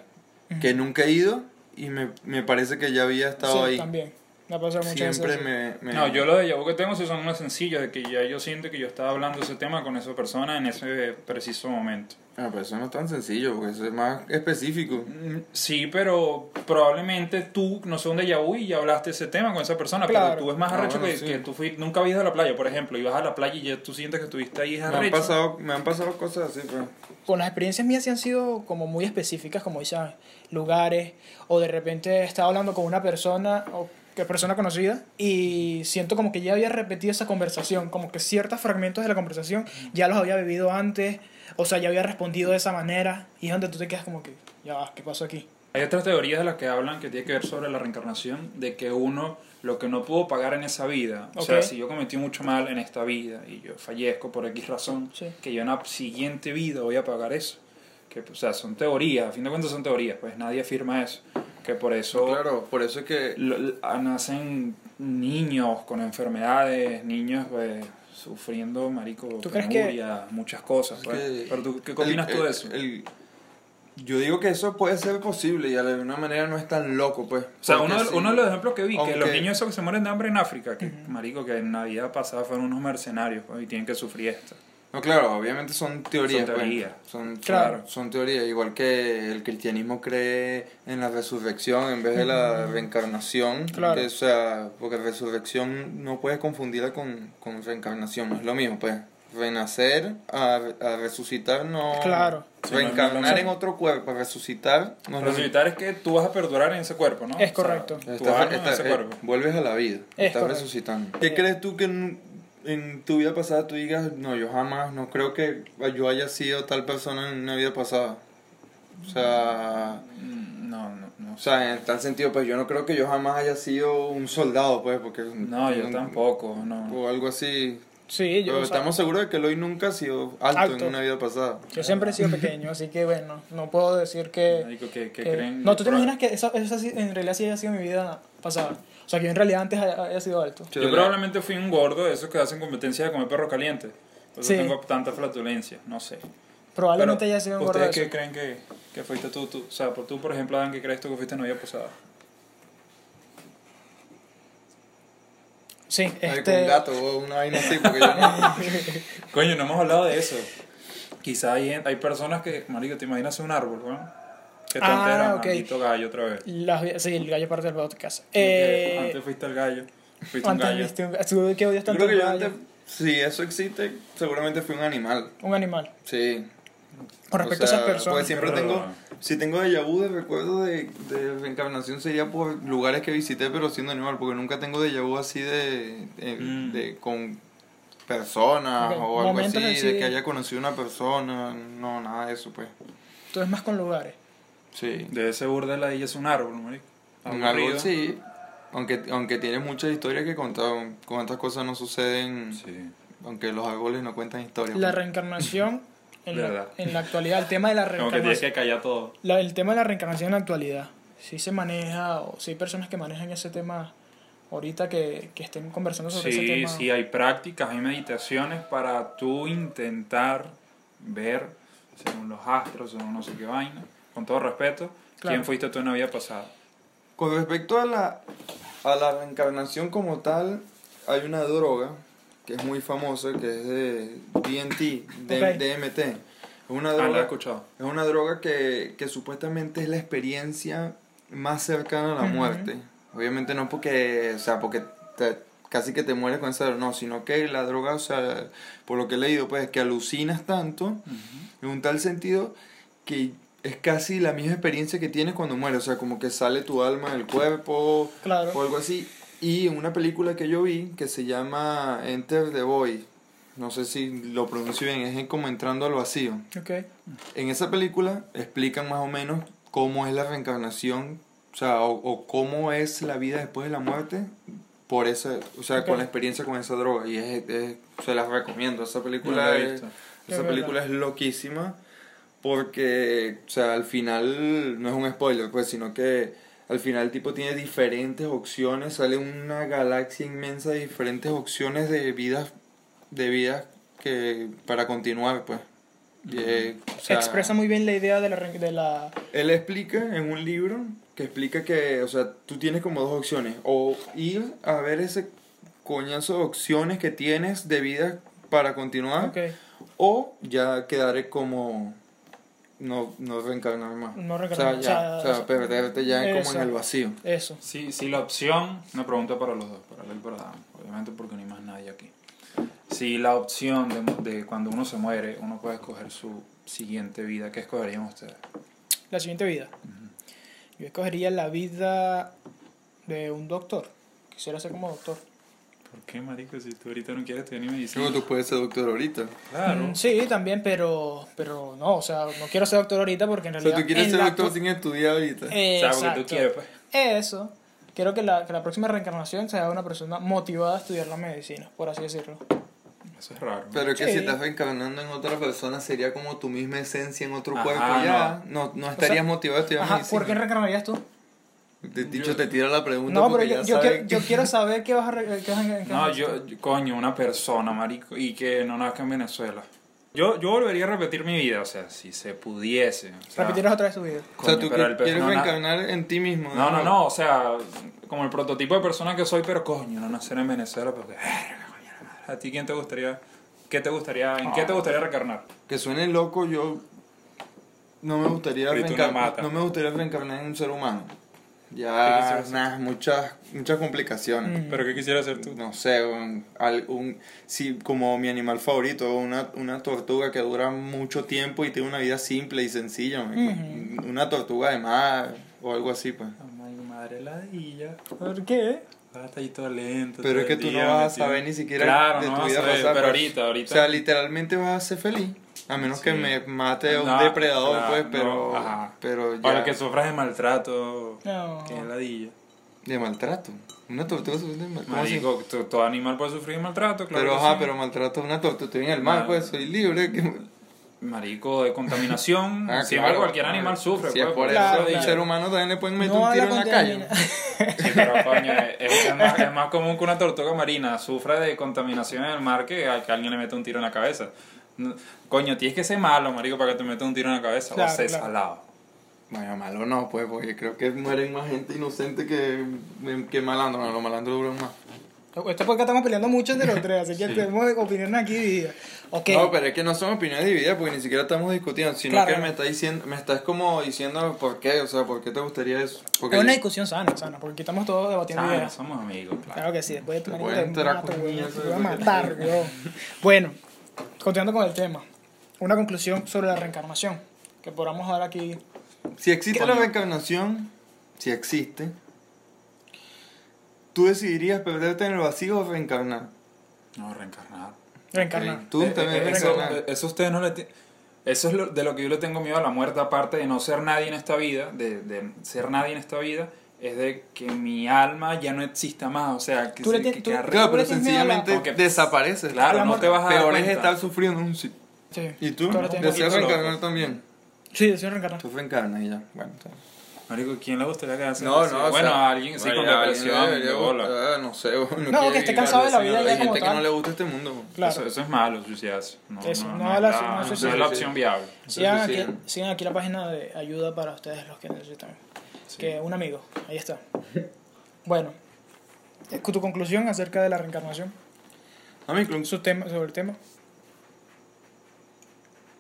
[SPEAKER 3] que nunca he ido y me, me parece que ya había estado
[SPEAKER 1] Sí,
[SPEAKER 3] ahí.
[SPEAKER 1] también. Me ha pasado muchas
[SPEAKER 3] Siempre
[SPEAKER 1] veces.
[SPEAKER 3] me, me-
[SPEAKER 2] No, yo los déjà vu que tengo sí son más sencillos, de que ya yo siento que yo estaba hablando ese tema con esa persona en ese preciso momento.
[SPEAKER 3] Ah, pero eso no es tan sencillo, porque eso es más específico.
[SPEAKER 2] Mm, Sí, pero probablemente tú, no sé, un déjà vu y ya hablaste ese tema con esa persona,
[SPEAKER 1] Claro.
[SPEAKER 2] pero tú es más
[SPEAKER 3] Ah,
[SPEAKER 2] arrecho
[SPEAKER 3] bueno,
[SPEAKER 2] que,
[SPEAKER 3] sí.
[SPEAKER 2] que tú fui- nunca habías ido a la playa, por ejemplo, y vas a la playa y ya tú sientes que estuviste ahí es
[SPEAKER 3] Me han
[SPEAKER 2] arrecho.
[SPEAKER 3] pasado, me han pasado cosas así, pues.
[SPEAKER 1] Con las experiencias mías sí han sido como muy específicas, como dices, lugares, o de repente he estado hablando con una persona, o que persona conocida, y siento como que ya había repetido esa conversación, como que ciertos fragmentos de la conversación ya los había vivido antes, o sea, ya había respondido de esa manera, y es donde tú te quedas como que, ya va, ¿qué pasó aquí?
[SPEAKER 2] Hay otras teorías de las que hablan que tiene que ver sobre la reencarnación, de que uno lo que no pudo pagar en esa vida, o sea,
[SPEAKER 1] Ok.
[SPEAKER 2] si yo cometí mucho mal en esta vida y yo fallezco por X razón,
[SPEAKER 1] Sí.
[SPEAKER 2] que yo en la siguiente vida voy a pagar eso. Que, o sea, son teorías, a fin de cuentas son teorías, pues nadie afirma eso. Que por eso
[SPEAKER 3] Claro, por eso es que
[SPEAKER 2] Lo- lo- nacen niños con enfermedades, niños pues, sufriendo, marico,
[SPEAKER 1] ¿Tú crees que-
[SPEAKER 2] penuria, muchas cosas.
[SPEAKER 3] Es
[SPEAKER 2] pues.
[SPEAKER 3] que-
[SPEAKER 2] Pero tú, ¿qué opinas
[SPEAKER 3] el-
[SPEAKER 2] tú de
[SPEAKER 3] el-
[SPEAKER 2] eso?
[SPEAKER 3] el- yo digo que eso puede ser posible y de alguna manera no es tan loco, pues.
[SPEAKER 2] o sea, uno, de- uno de los ejemplos que vi,
[SPEAKER 3] Aunque-
[SPEAKER 2] que los niños esos que se mueren de hambre en África, que, marico, que en Navidad pasada fueron unos mercenarios pues, y tienen que sufrir esto.
[SPEAKER 3] No, claro, obviamente son teorías.
[SPEAKER 2] Son
[SPEAKER 3] pues.
[SPEAKER 2] teorías.
[SPEAKER 3] Son,
[SPEAKER 1] Claro.
[SPEAKER 3] son teorías, igual que el cristianismo cree en la resurrección en vez de la reencarnación.
[SPEAKER 1] Claro.
[SPEAKER 3] que, o sea, porque resurrección no puedes confundirla con, con reencarnación, no es lo mismo, pues. Renacer a, a resucitar no.
[SPEAKER 1] Claro.
[SPEAKER 2] Sí, no es lo
[SPEAKER 3] Reencarnar
[SPEAKER 2] mismo.
[SPEAKER 3] en otro cuerpo, resucitar no es lo mismo.
[SPEAKER 2] Resucitar es que tú vas a perdurar en ese cuerpo, ¿no?
[SPEAKER 1] Es correcto.
[SPEAKER 2] O sea, tú
[SPEAKER 3] Estás-
[SPEAKER 2] vas en
[SPEAKER 3] estás-
[SPEAKER 2] ese
[SPEAKER 3] eh,
[SPEAKER 2] cuerpo.
[SPEAKER 3] vuelves a la vida,
[SPEAKER 1] Es
[SPEAKER 3] estás
[SPEAKER 1] correcto.
[SPEAKER 3] resucitando. ¿Qué
[SPEAKER 1] Eh.
[SPEAKER 3] crees tú que en, en tu vida pasada tú digas, no, yo jamás, no creo que yo haya sido tal persona en una vida pasada? O sea,
[SPEAKER 2] Mm, No, no, no.
[SPEAKER 3] o sea, en tal sentido, pues yo no creo que yo jamás haya sido un soldado, pues, porque...
[SPEAKER 2] No, yo
[SPEAKER 3] un-
[SPEAKER 2] tampoco, no.
[SPEAKER 3] O algo así.
[SPEAKER 1] Sí, yo,
[SPEAKER 3] Pero
[SPEAKER 1] o sea,
[SPEAKER 3] estamos seguros de que Eloy nunca ha sido alto,
[SPEAKER 1] Alto.
[SPEAKER 3] en una vida pasada.
[SPEAKER 1] yo siempre he sido pequeño, así que bueno, no puedo decir que...
[SPEAKER 2] Marico, ¿qué-
[SPEAKER 1] que-
[SPEAKER 2] qué creen?
[SPEAKER 1] Eh, No, tú te
[SPEAKER 2] Pro-
[SPEAKER 1] imaginas que eso, eso sí- en realidad sí haya sido mi vida pasada. O sea, que yo en realidad antes haya, haya sido alto.
[SPEAKER 3] Che,
[SPEAKER 2] Yo
[SPEAKER 3] la-
[SPEAKER 2] probablemente fui un gordo de esos que hacen competencia de comer perro caliente. Por eso
[SPEAKER 1] Sí.
[SPEAKER 2] tengo tanta flatulencia, no sé.
[SPEAKER 1] Probablemente
[SPEAKER 2] Pero,
[SPEAKER 1] haya sido un gordo
[SPEAKER 2] ¿Ustedes
[SPEAKER 1] de
[SPEAKER 2] qué
[SPEAKER 1] eso.
[SPEAKER 2] creen que, que fuiste tú, tú? O sea, por tú, por ejemplo, Adán, ¿qué crees tú que fuiste novia posada?
[SPEAKER 1] Sí,
[SPEAKER 3] Ay,
[SPEAKER 1] este...
[SPEAKER 3] con un gato o una vaina así, porque yo no.
[SPEAKER 2] Coño, no hemos hablado de eso. Quizá hay, gen- hay personas que, marico, te imaginas un árbol, ¿no? Que te
[SPEAKER 1] Ah,
[SPEAKER 2] enteras,
[SPEAKER 1] ok.
[SPEAKER 2] maldito gallo otra vez.
[SPEAKER 1] Las vi- sí, el gallo parte del podcast.
[SPEAKER 2] Porque
[SPEAKER 1] Eh,
[SPEAKER 2] Antes fuiste el gallo, fuiste un
[SPEAKER 1] antes
[SPEAKER 2] gallo.
[SPEAKER 1] viste un gallo. Tú que odias
[SPEAKER 3] Yo
[SPEAKER 1] tanto
[SPEAKER 3] creo que
[SPEAKER 1] el
[SPEAKER 3] yo
[SPEAKER 1] gallo.
[SPEAKER 3] antes, si eso existe, seguramente fui un animal.
[SPEAKER 1] Un animal.
[SPEAKER 3] Sí.
[SPEAKER 1] Con
[SPEAKER 3] O
[SPEAKER 1] respecto
[SPEAKER 3] sea,
[SPEAKER 1] a esas personas.
[SPEAKER 3] Porque siempre tengo, si tengo déjà vu de recuerdo de, de reencarnación sería por lugares que visité, pero siendo animal, porque nunca tengo déjà vu así de, de,
[SPEAKER 2] Mm.
[SPEAKER 3] de- con personas
[SPEAKER 1] Ok,
[SPEAKER 3] o algo así,
[SPEAKER 1] momentos así.
[SPEAKER 3] de que haya conocido una persona, no, nada de eso, pues.
[SPEAKER 1] Tú es más con lugares.
[SPEAKER 3] Sí.
[SPEAKER 2] De ese burda de la isla es un árbol, marico.
[SPEAKER 3] Un
[SPEAKER 2] Aburrido.
[SPEAKER 3] árbol sí, aunque, aunque tiene muchas historias que contar, cuántas cosas no suceden,
[SPEAKER 2] Sí.
[SPEAKER 3] aunque los árboles no cuentan historias.
[SPEAKER 1] La
[SPEAKER 3] pues.
[SPEAKER 1] reencarnación en, la,
[SPEAKER 2] Verdad.
[SPEAKER 1] en la actualidad. El tema de la
[SPEAKER 2] Como que tienes
[SPEAKER 1] reencarnación.
[SPEAKER 2] que callar todo.
[SPEAKER 1] la- el tema de la reencarnación en la actualidad. Si se maneja o si hay personas que manejan ese tema ahorita que, que estén conversando sobre ese
[SPEAKER 2] Sí,
[SPEAKER 1] tema.
[SPEAKER 2] sí, hay prácticas, hay meditaciones para tú intentar ver, según los astros, según no sé qué vaina, con todo respeto,
[SPEAKER 1] Claro.
[SPEAKER 2] quién fuiste tú en la vida pasada.
[SPEAKER 3] Con respecto a la, a la reencarnación como tal, hay una droga que es muy famosa, que es de DMT, de-
[SPEAKER 1] Ok.
[SPEAKER 3] DMT. Es una
[SPEAKER 2] Ah, la he
[SPEAKER 3] droga,
[SPEAKER 2] escuchado.
[SPEAKER 3] es una droga que, que supuestamente es la experiencia más cercana a la
[SPEAKER 1] Ujú.
[SPEAKER 3] muerte. Obviamente no porque, o sea, porque te- casi que te mueres con esa droga, no, sino que la droga, o sea, por lo que he leído, pues, que alucinas tanto en un tal sentido que es casi la misma experiencia que tienes cuando mueres, o sea, como que sale tu alma del cuerpo
[SPEAKER 1] Claro.
[SPEAKER 3] o algo así. Y en una película que yo vi que se llama Enter the Void, no sé si lo pronuncio bien, es como entrando al vacío.
[SPEAKER 1] Ok.
[SPEAKER 3] En esa película explican más o menos cómo es la reencarnación, o sea, o, o cómo es la vida después de la muerte, por esa, o sea,
[SPEAKER 1] Ok.
[SPEAKER 3] con la experiencia con esa droga. Y es, es- se las recomiendo, esa
[SPEAKER 2] No la
[SPEAKER 3] película
[SPEAKER 2] he
[SPEAKER 3] es,
[SPEAKER 2] visto.
[SPEAKER 1] Es
[SPEAKER 3] esa
[SPEAKER 1] verdad.
[SPEAKER 3] película es loquísima porque, o sea, al final no es un spoiler, pues, sino que al final el tipo tiene diferentes opciones, sale una galaxia inmensa de diferentes opciones de vidas, de vidas que para continuar, pues. Y, eh, o sea,
[SPEAKER 1] Expresa muy bien la idea de la, re- de la
[SPEAKER 3] él explica en un libro que explica que, o sea, tú tienes como dos opciones. O ir a ver ese coñazo de opciones que tienes de vidas para continuar.
[SPEAKER 1] ok,
[SPEAKER 3] O ya quedaré como. No, no reencarnar más.
[SPEAKER 1] No
[SPEAKER 3] O sea,
[SPEAKER 1] reencarnar,
[SPEAKER 3] ya.
[SPEAKER 1] o sea,
[SPEAKER 3] o sea,
[SPEAKER 1] o sea,
[SPEAKER 3] perderte ya como en
[SPEAKER 1] eso.
[SPEAKER 3] el vacío.
[SPEAKER 1] eso.
[SPEAKER 2] Sí, sí, la opción, una pregunta para los dos, para él y para Adam, obviamente porque no hay más nadie aquí. Si la opción de, mu- de cuando uno se muere, uno puede escoger su siguiente vida, ¿qué escogerían ustedes?
[SPEAKER 1] La siguiente vida. Yo escogería la vida de un doctor. Quisiera ser como doctor.
[SPEAKER 2] ¿Por qué, marico? Si tú ahorita no quieres tener ni medicina.
[SPEAKER 3] Luego tú puedes ser doctor ahorita.
[SPEAKER 2] Claro.
[SPEAKER 1] Mm, Sí, también, pero, pero no, o sea, no quiero ser doctor ahorita porque en
[SPEAKER 3] O
[SPEAKER 1] realidad...
[SPEAKER 3] sea, tú quieres
[SPEAKER 1] en
[SPEAKER 3] ser
[SPEAKER 1] la
[SPEAKER 3] doctor
[SPEAKER 1] actu-
[SPEAKER 3] sin estudiar ahorita.
[SPEAKER 1] Eh,
[SPEAKER 2] O sea, porque tú
[SPEAKER 1] exacto.
[SPEAKER 2] quieres, pues.
[SPEAKER 1] Eso. Quiero que la, que la próxima reencarnación sea una persona motivada a estudiar la medicina, por así decirlo.
[SPEAKER 2] Eso es raro. ¿no?
[SPEAKER 3] Pero que
[SPEAKER 1] Sí.
[SPEAKER 3] si estás reencarnando en otra persona sería como tu misma esencia en otro
[SPEAKER 2] Ajá,
[SPEAKER 3] cuerpo ya. No, no estarías
[SPEAKER 1] sea,
[SPEAKER 3] motivado a estudiar
[SPEAKER 1] Ajá,
[SPEAKER 3] medicina.
[SPEAKER 1] ¿por qué reencarnarías tú?
[SPEAKER 3] Te, dicho, te tira la pregunta
[SPEAKER 1] No, pero
[SPEAKER 3] porque
[SPEAKER 1] yo,
[SPEAKER 3] ya
[SPEAKER 1] yo
[SPEAKER 3] sabes
[SPEAKER 1] quiero, yo
[SPEAKER 3] que-
[SPEAKER 1] quiero saber qué vas a... re- qué vas a
[SPEAKER 2] No,
[SPEAKER 1] reencarnar.
[SPEAKER 2] yo, yo- coño, una persona, marico, y que no nazca en Venezuela. Yo, yo volvería a repetir mi vida, o sea, si se pudiese. o sea,
[SPEAKER 1] Repetirás otra vez tu vida.
[SPEAKER 3] O sea,
[SPEAKER 2] coño,
[SPEAKER 3] tú
[SPEAKER 2] pero el
[SPEAKER 3] quieres
[SPEAKER 2] persona-
[SPEAKER 3] reencarnar en ti mismo.
[SPEAKER 2] No, no, no, o sea, como el prototipo de persona que soy, pero coño, no nacer en Venezuela, porque... verga, coño, la madre. ¿A ti quién te gustaría? ¿Qué te gustaría? ¿En
[SPEAKER 3] Ah.
[SPEAKER 2] qué te gustaría recarnar?
[SPEAKER 3] Que suene loco, yo no me gustaría
[SPEAKER 2] Grito una
[SPEAKER 3] reencarnar,
[SPEAKER 2] mata.
[SPEAKER 3] no me gustaría reencarnar en un ser humano.
[SPEAKER 2] ¿Qué
[SPEAKER 3] Ya,
[SPEAKER 2] quisieras hacer?
[SPEAKER 3] nah, muchas muchas complicaciones.
[SPEAKER 2] ¿Pero qué quisiera hacer tú?
[SPEAKER 3] No sé, un, al- un- si como mi animal favorito, una, una tortuga que dura mucho tiempo y tiene una vida simple y sencilla. me-
[SPEAKER 1] Ujú.
[SPEAKER 3] Una tortuga de mar o algo así, pues.
[SPEAKER 2] Ay, madre ladilla,
[SPEAKER 1] ¿Por qué?
[SPEAKER 2] vas a estar ahí todo lento.
[SPEAKER 3] Pero
[SPEAKER 2] todo
[SPEAKER 3] es que
[SPEAKER 2] el
[SPEAKER 3] tú no
[SPEAKER 2] día
[SPEAKER 3] vas a
[SPEAKER 2] metido.
[SPEAKER 3] saber ni siquiera
[SPEAKER 2] Claro,
[SPEAKER 3] de
[SPEAKER 2] no
[SPEAKER 3] tu
[SPEAKER 2] vas a
[SPEAKER 3] vida
[SPEAKER 2] saber,
[SPEAKER 3] pasada,
[SPEAKER 2] pero
[SPEAKER 3] pues.
[SPEAKER 2] ahorita, ahorita.
[SPEAKER 3] O sea, literalmente vas a ser feliz. A menos que
[SPEAKER 2] Sí.
[SPEAKER 3] me mate a un
[SPEAKER 2] No,
[SPEAKER 3] depredador,
[SPEAKER 2] claro,
[SPEAKER 3] pues,
[SPEAKER 2] no,
[SPEAKER 3] pero.
[SPEAKER 2] ajá.
[SPEAKER 3] pero ya.
[SPEAKER 2] Para que sufras de maltrato,
[SPEAKER 1] No.
[SPEAKER 2] que es ladilla.
[SPEAKER 3] De maltrato. Una tortuga sufriendo de maltrato. ¿Cómo así?
[SPEAKER 2] Marico, to- todo animal puede sufrir maltrato, claro.
[SPEAKER 3] Pero
[SPEAKER 2] que
[SPEAKER 3] ajá,
[SPEAKER 2] sí.
[SPEAKER 3] pero maltrato a una tortuga. Estoy en el mar,
[SPEAKER 2] Claro.
[SPEAKER 3] pues soy libre. que-
[SPEAKER 2] Marico, de contaminación.
[SPEAKER 3] Ah,
[SPEAKER 2] siempre
[SPEAKER 3] claro.
[SPEAKER 2] Mm, cualquier animal sufre.
[SPEAKER 3] Si es
[SPEAKER 2] pues,
[SPEAKER 3] por
[SPEAKER 1] Claro,
[SPEAKER 3] eso, el
[SPEAKER 1] claro.
[SPEAKER 3] ser humano también le pueden meter un
[SPEAKER 1] a la
[SPEAKER 3] tiro en la calle.
[SPEAKER 1] contamina-
[SPEAKER 2] Sí, pero coño, es, es más, es más común que una tortuga marina sufra de contaminación en el mar que a que alguien le mete un tiro en la cabeza. No, Coño, tienes que ser malo, marico, para que te metan un tiro en la cabeza.
[SPEAKER 1] Claro,
[SPEAKER 2] o ser
[SPEAKER 1] claro.
[SPEAKER 2] salado.
[SPEAKER 3] Bueno, malo no, pues, porque creo que mueren más gente inocente que, que malandro. No, los malandros duran más.
[SPEAKER 1] Este podcast estamos peleando mucho entre los tres, así que tenemos opiniones aquí divididas. Ok.
[SPEAKER 3] No, pero es que no son opiniones divididas porque ni siquiera estamos discutiendo, sino
[SPEAKER 1] Claro.
[SPEAKER 3] que me estás diciendo, me estás como diciendo por qué, o sea, por qué te gustaría eso. Porque
[SPEAKER 1] Es una discusión sana, sana, porque estamos todos debatiendo
[SPEAKER 2] Ah,
[SPEAKER 1] ideas.
[SPEAKER 2] somos amigos, claro.
[SPEAKER 1] Claro que sí, después de tu
[SPEAKER 3] Te
[SPEAKER 1] marido
[SPEAKER 3] pueden
[SPEAKER 1] te
[SPEAKER 3] enterar
[SPEAKER 1] mato,
[SPEAKER 3] con
[SPEAKER 1] weón,
[SPEAKER 3] mierda,
[SPEAKER 1] te voy a
[SPEAKER 3] weón.
[SPEAKER 1] matar, weón. Bueno, continuando con el tema. Una conclusión sobre la reencarnación. Que podamos dar aquí.
[SPEAKER 3] si existe la
[SPEAKER 2] Coño.
[SPEAKER 3] reencarnación, si existe, tú decidirías perderte en el vacío o reencarnar.
[SPEAKER 2] No, reencarnar.
[SPEAKER 1] Reencarnar.
[SPEAKER 3] Ok, Tú
[SPEAKER 2] Eh,
[SPEAKER 3] también
[SPEAKER 2] eh, eso,
[SPEAKER 3] reencarnar.
[SPEAKER 2] eh, eso ustedes no le ti- Eso es lo- de lo que yo le tengo miedo a la muerte, aparte de no ser nadie en esta vida, de, de ser nadie en esta vida, es de que mi alma ya no exista más. O sea, que,
[SPEAKER 1] Tú le
[SPEAKER 2] se-
[SPEAKER 1] tienes-
[SPEAKER 2] que
[SPEAKER 1] tú-
[SPEAKER 2] quede
[SPEAKER 3] Claro, pero
[SPEAKER 1] le tienes miedo a la-
[SPEAKER 3] sencillamente
[SPEAKER 2] Porque-
[SPEAKER 3] desapareces.
[SPEAKER 2] Claro,
[SPEAKER 1] la
[SPEAKER 2] no
[SPEAKER 1] muerte-
[SPEAKER 2] te vas a dar
[SPEAKER 3] Peor es
[SPEAKER 2] cuenta.
[SPEAKER 3] estar sufriendo un sí.
[SPEAKER 1] Sí.
[SPEAKER 3] ¿Y tú?
[SPEAKER 1] Claro, tienes
[SPEAKER 3] ¿Deseas
[SPEAKER 2] razón.
[SPEAKER 3] reencarnar también?
[SPEAKER 1] Sí, deseo reencarnar.
[SPEAKER 3] Tú reencarnas y ya. Bueno, está.
[SPEAKER 2] Marico, ¿quién le gustaría quedarse?
[SPEAKER 3] No,
[SPEAKER 2] así?
[SPEAKER 3] no, o
[SPEAKER 2] Bueno,
[SPEAKER 3] sea,
[SPEAKER 2] a alguien sí
[SPEAKER 3] vaya,
[SPEAKER 2] con
[SPEAKER 3] a alguien
[SPEAKER 2] depresión,
[SPEAKER 3] debería
[SPEAKER 2] de bola.
[SPEAKER 3] gustar, no sé. No, quiere
[SPEAKER 1] que esté
[SPEAKER 3] vivir,
[SPEAKER 1] cansado de la
[SPEAKER 3] sí,
[SPEAKER 1] vida ya
[SPEAKER 3] Hay
[SPEAKER 1] como
[SPEAKER 3] gente que
[SPEAKER 1] tal.
[SPEAKER 3] no le gusta este mundo.
[SPEAKER 1] Claro.
[SPEAKER 2] Eso, eso es malo, suicidarse. No,
[SPEAKER 1] Eso,
[SPEAKER 2] no,
[SPEAKER 1] no
[SPEAKER 2] no, es
[SPEAKER 1] la-
[SPEAKER 2] la,
[SPEAKER 1] no
[SPEAKER 2] no es
[SPEAKER 1] suicidarse.
[SPEAKER 2] la opción viable.
[SPEAKER 1] Sigan
[SPEAKER 3] sí, ¿eh?
[SPEAKER 1] aquí,
[SPEAKER 3] sí.
[SPEAKER 1] sigan aquí la página de ayuda para ustedes los que necesitan. Que un amigo, ahí está. Bueno, eh, tu conclusión acerca de la reencarnación,
[SPEAKER 3] A mí incluso.
[SPEAKER 1] su tema, sobre el tema.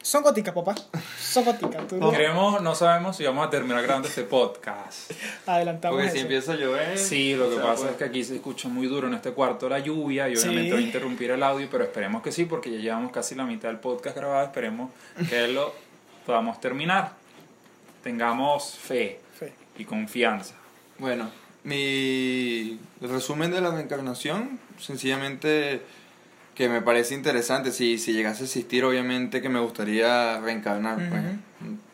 [SPEAKER 1] Son góticas, papá. Son góticas. Tú no-
[SPEAKER 2] Creemos, no sabemos si vamos a terminar grabando este podcast.
[SPEAKER 1] adelantamos
[SPEAKER 3] Porque
[SPEAKER 1] eso.
[SPEAKER 3] si empieza a llover.
[SPEAKER 2] Sí, lo que
[SPEAKER 3] o sea,
[SPEAKER 2] pasa
[SPEAKER 3] pues,
[SPEAKER 2] es que aquí se escucha muy duro en este cuarto la lluvia y obviamente
[SPEAKER 1] Sí.
[SPEAKER 2] voy a interrumpir el audio, pero esperemos que sí, porque ya llevamos casi la mitad del podcast grabado, esperemos que lo podamos terminar. Tengamos fe
[SPEAKER 1] Fe.
[SPEAKER 2] y confianza.
[SPEAKER 3] Bueno, mi resumen de la reencarnación, sencillamente que me parece interesante. Si, si llegase a existir, obviamente que me gustaría reencarnar. pues.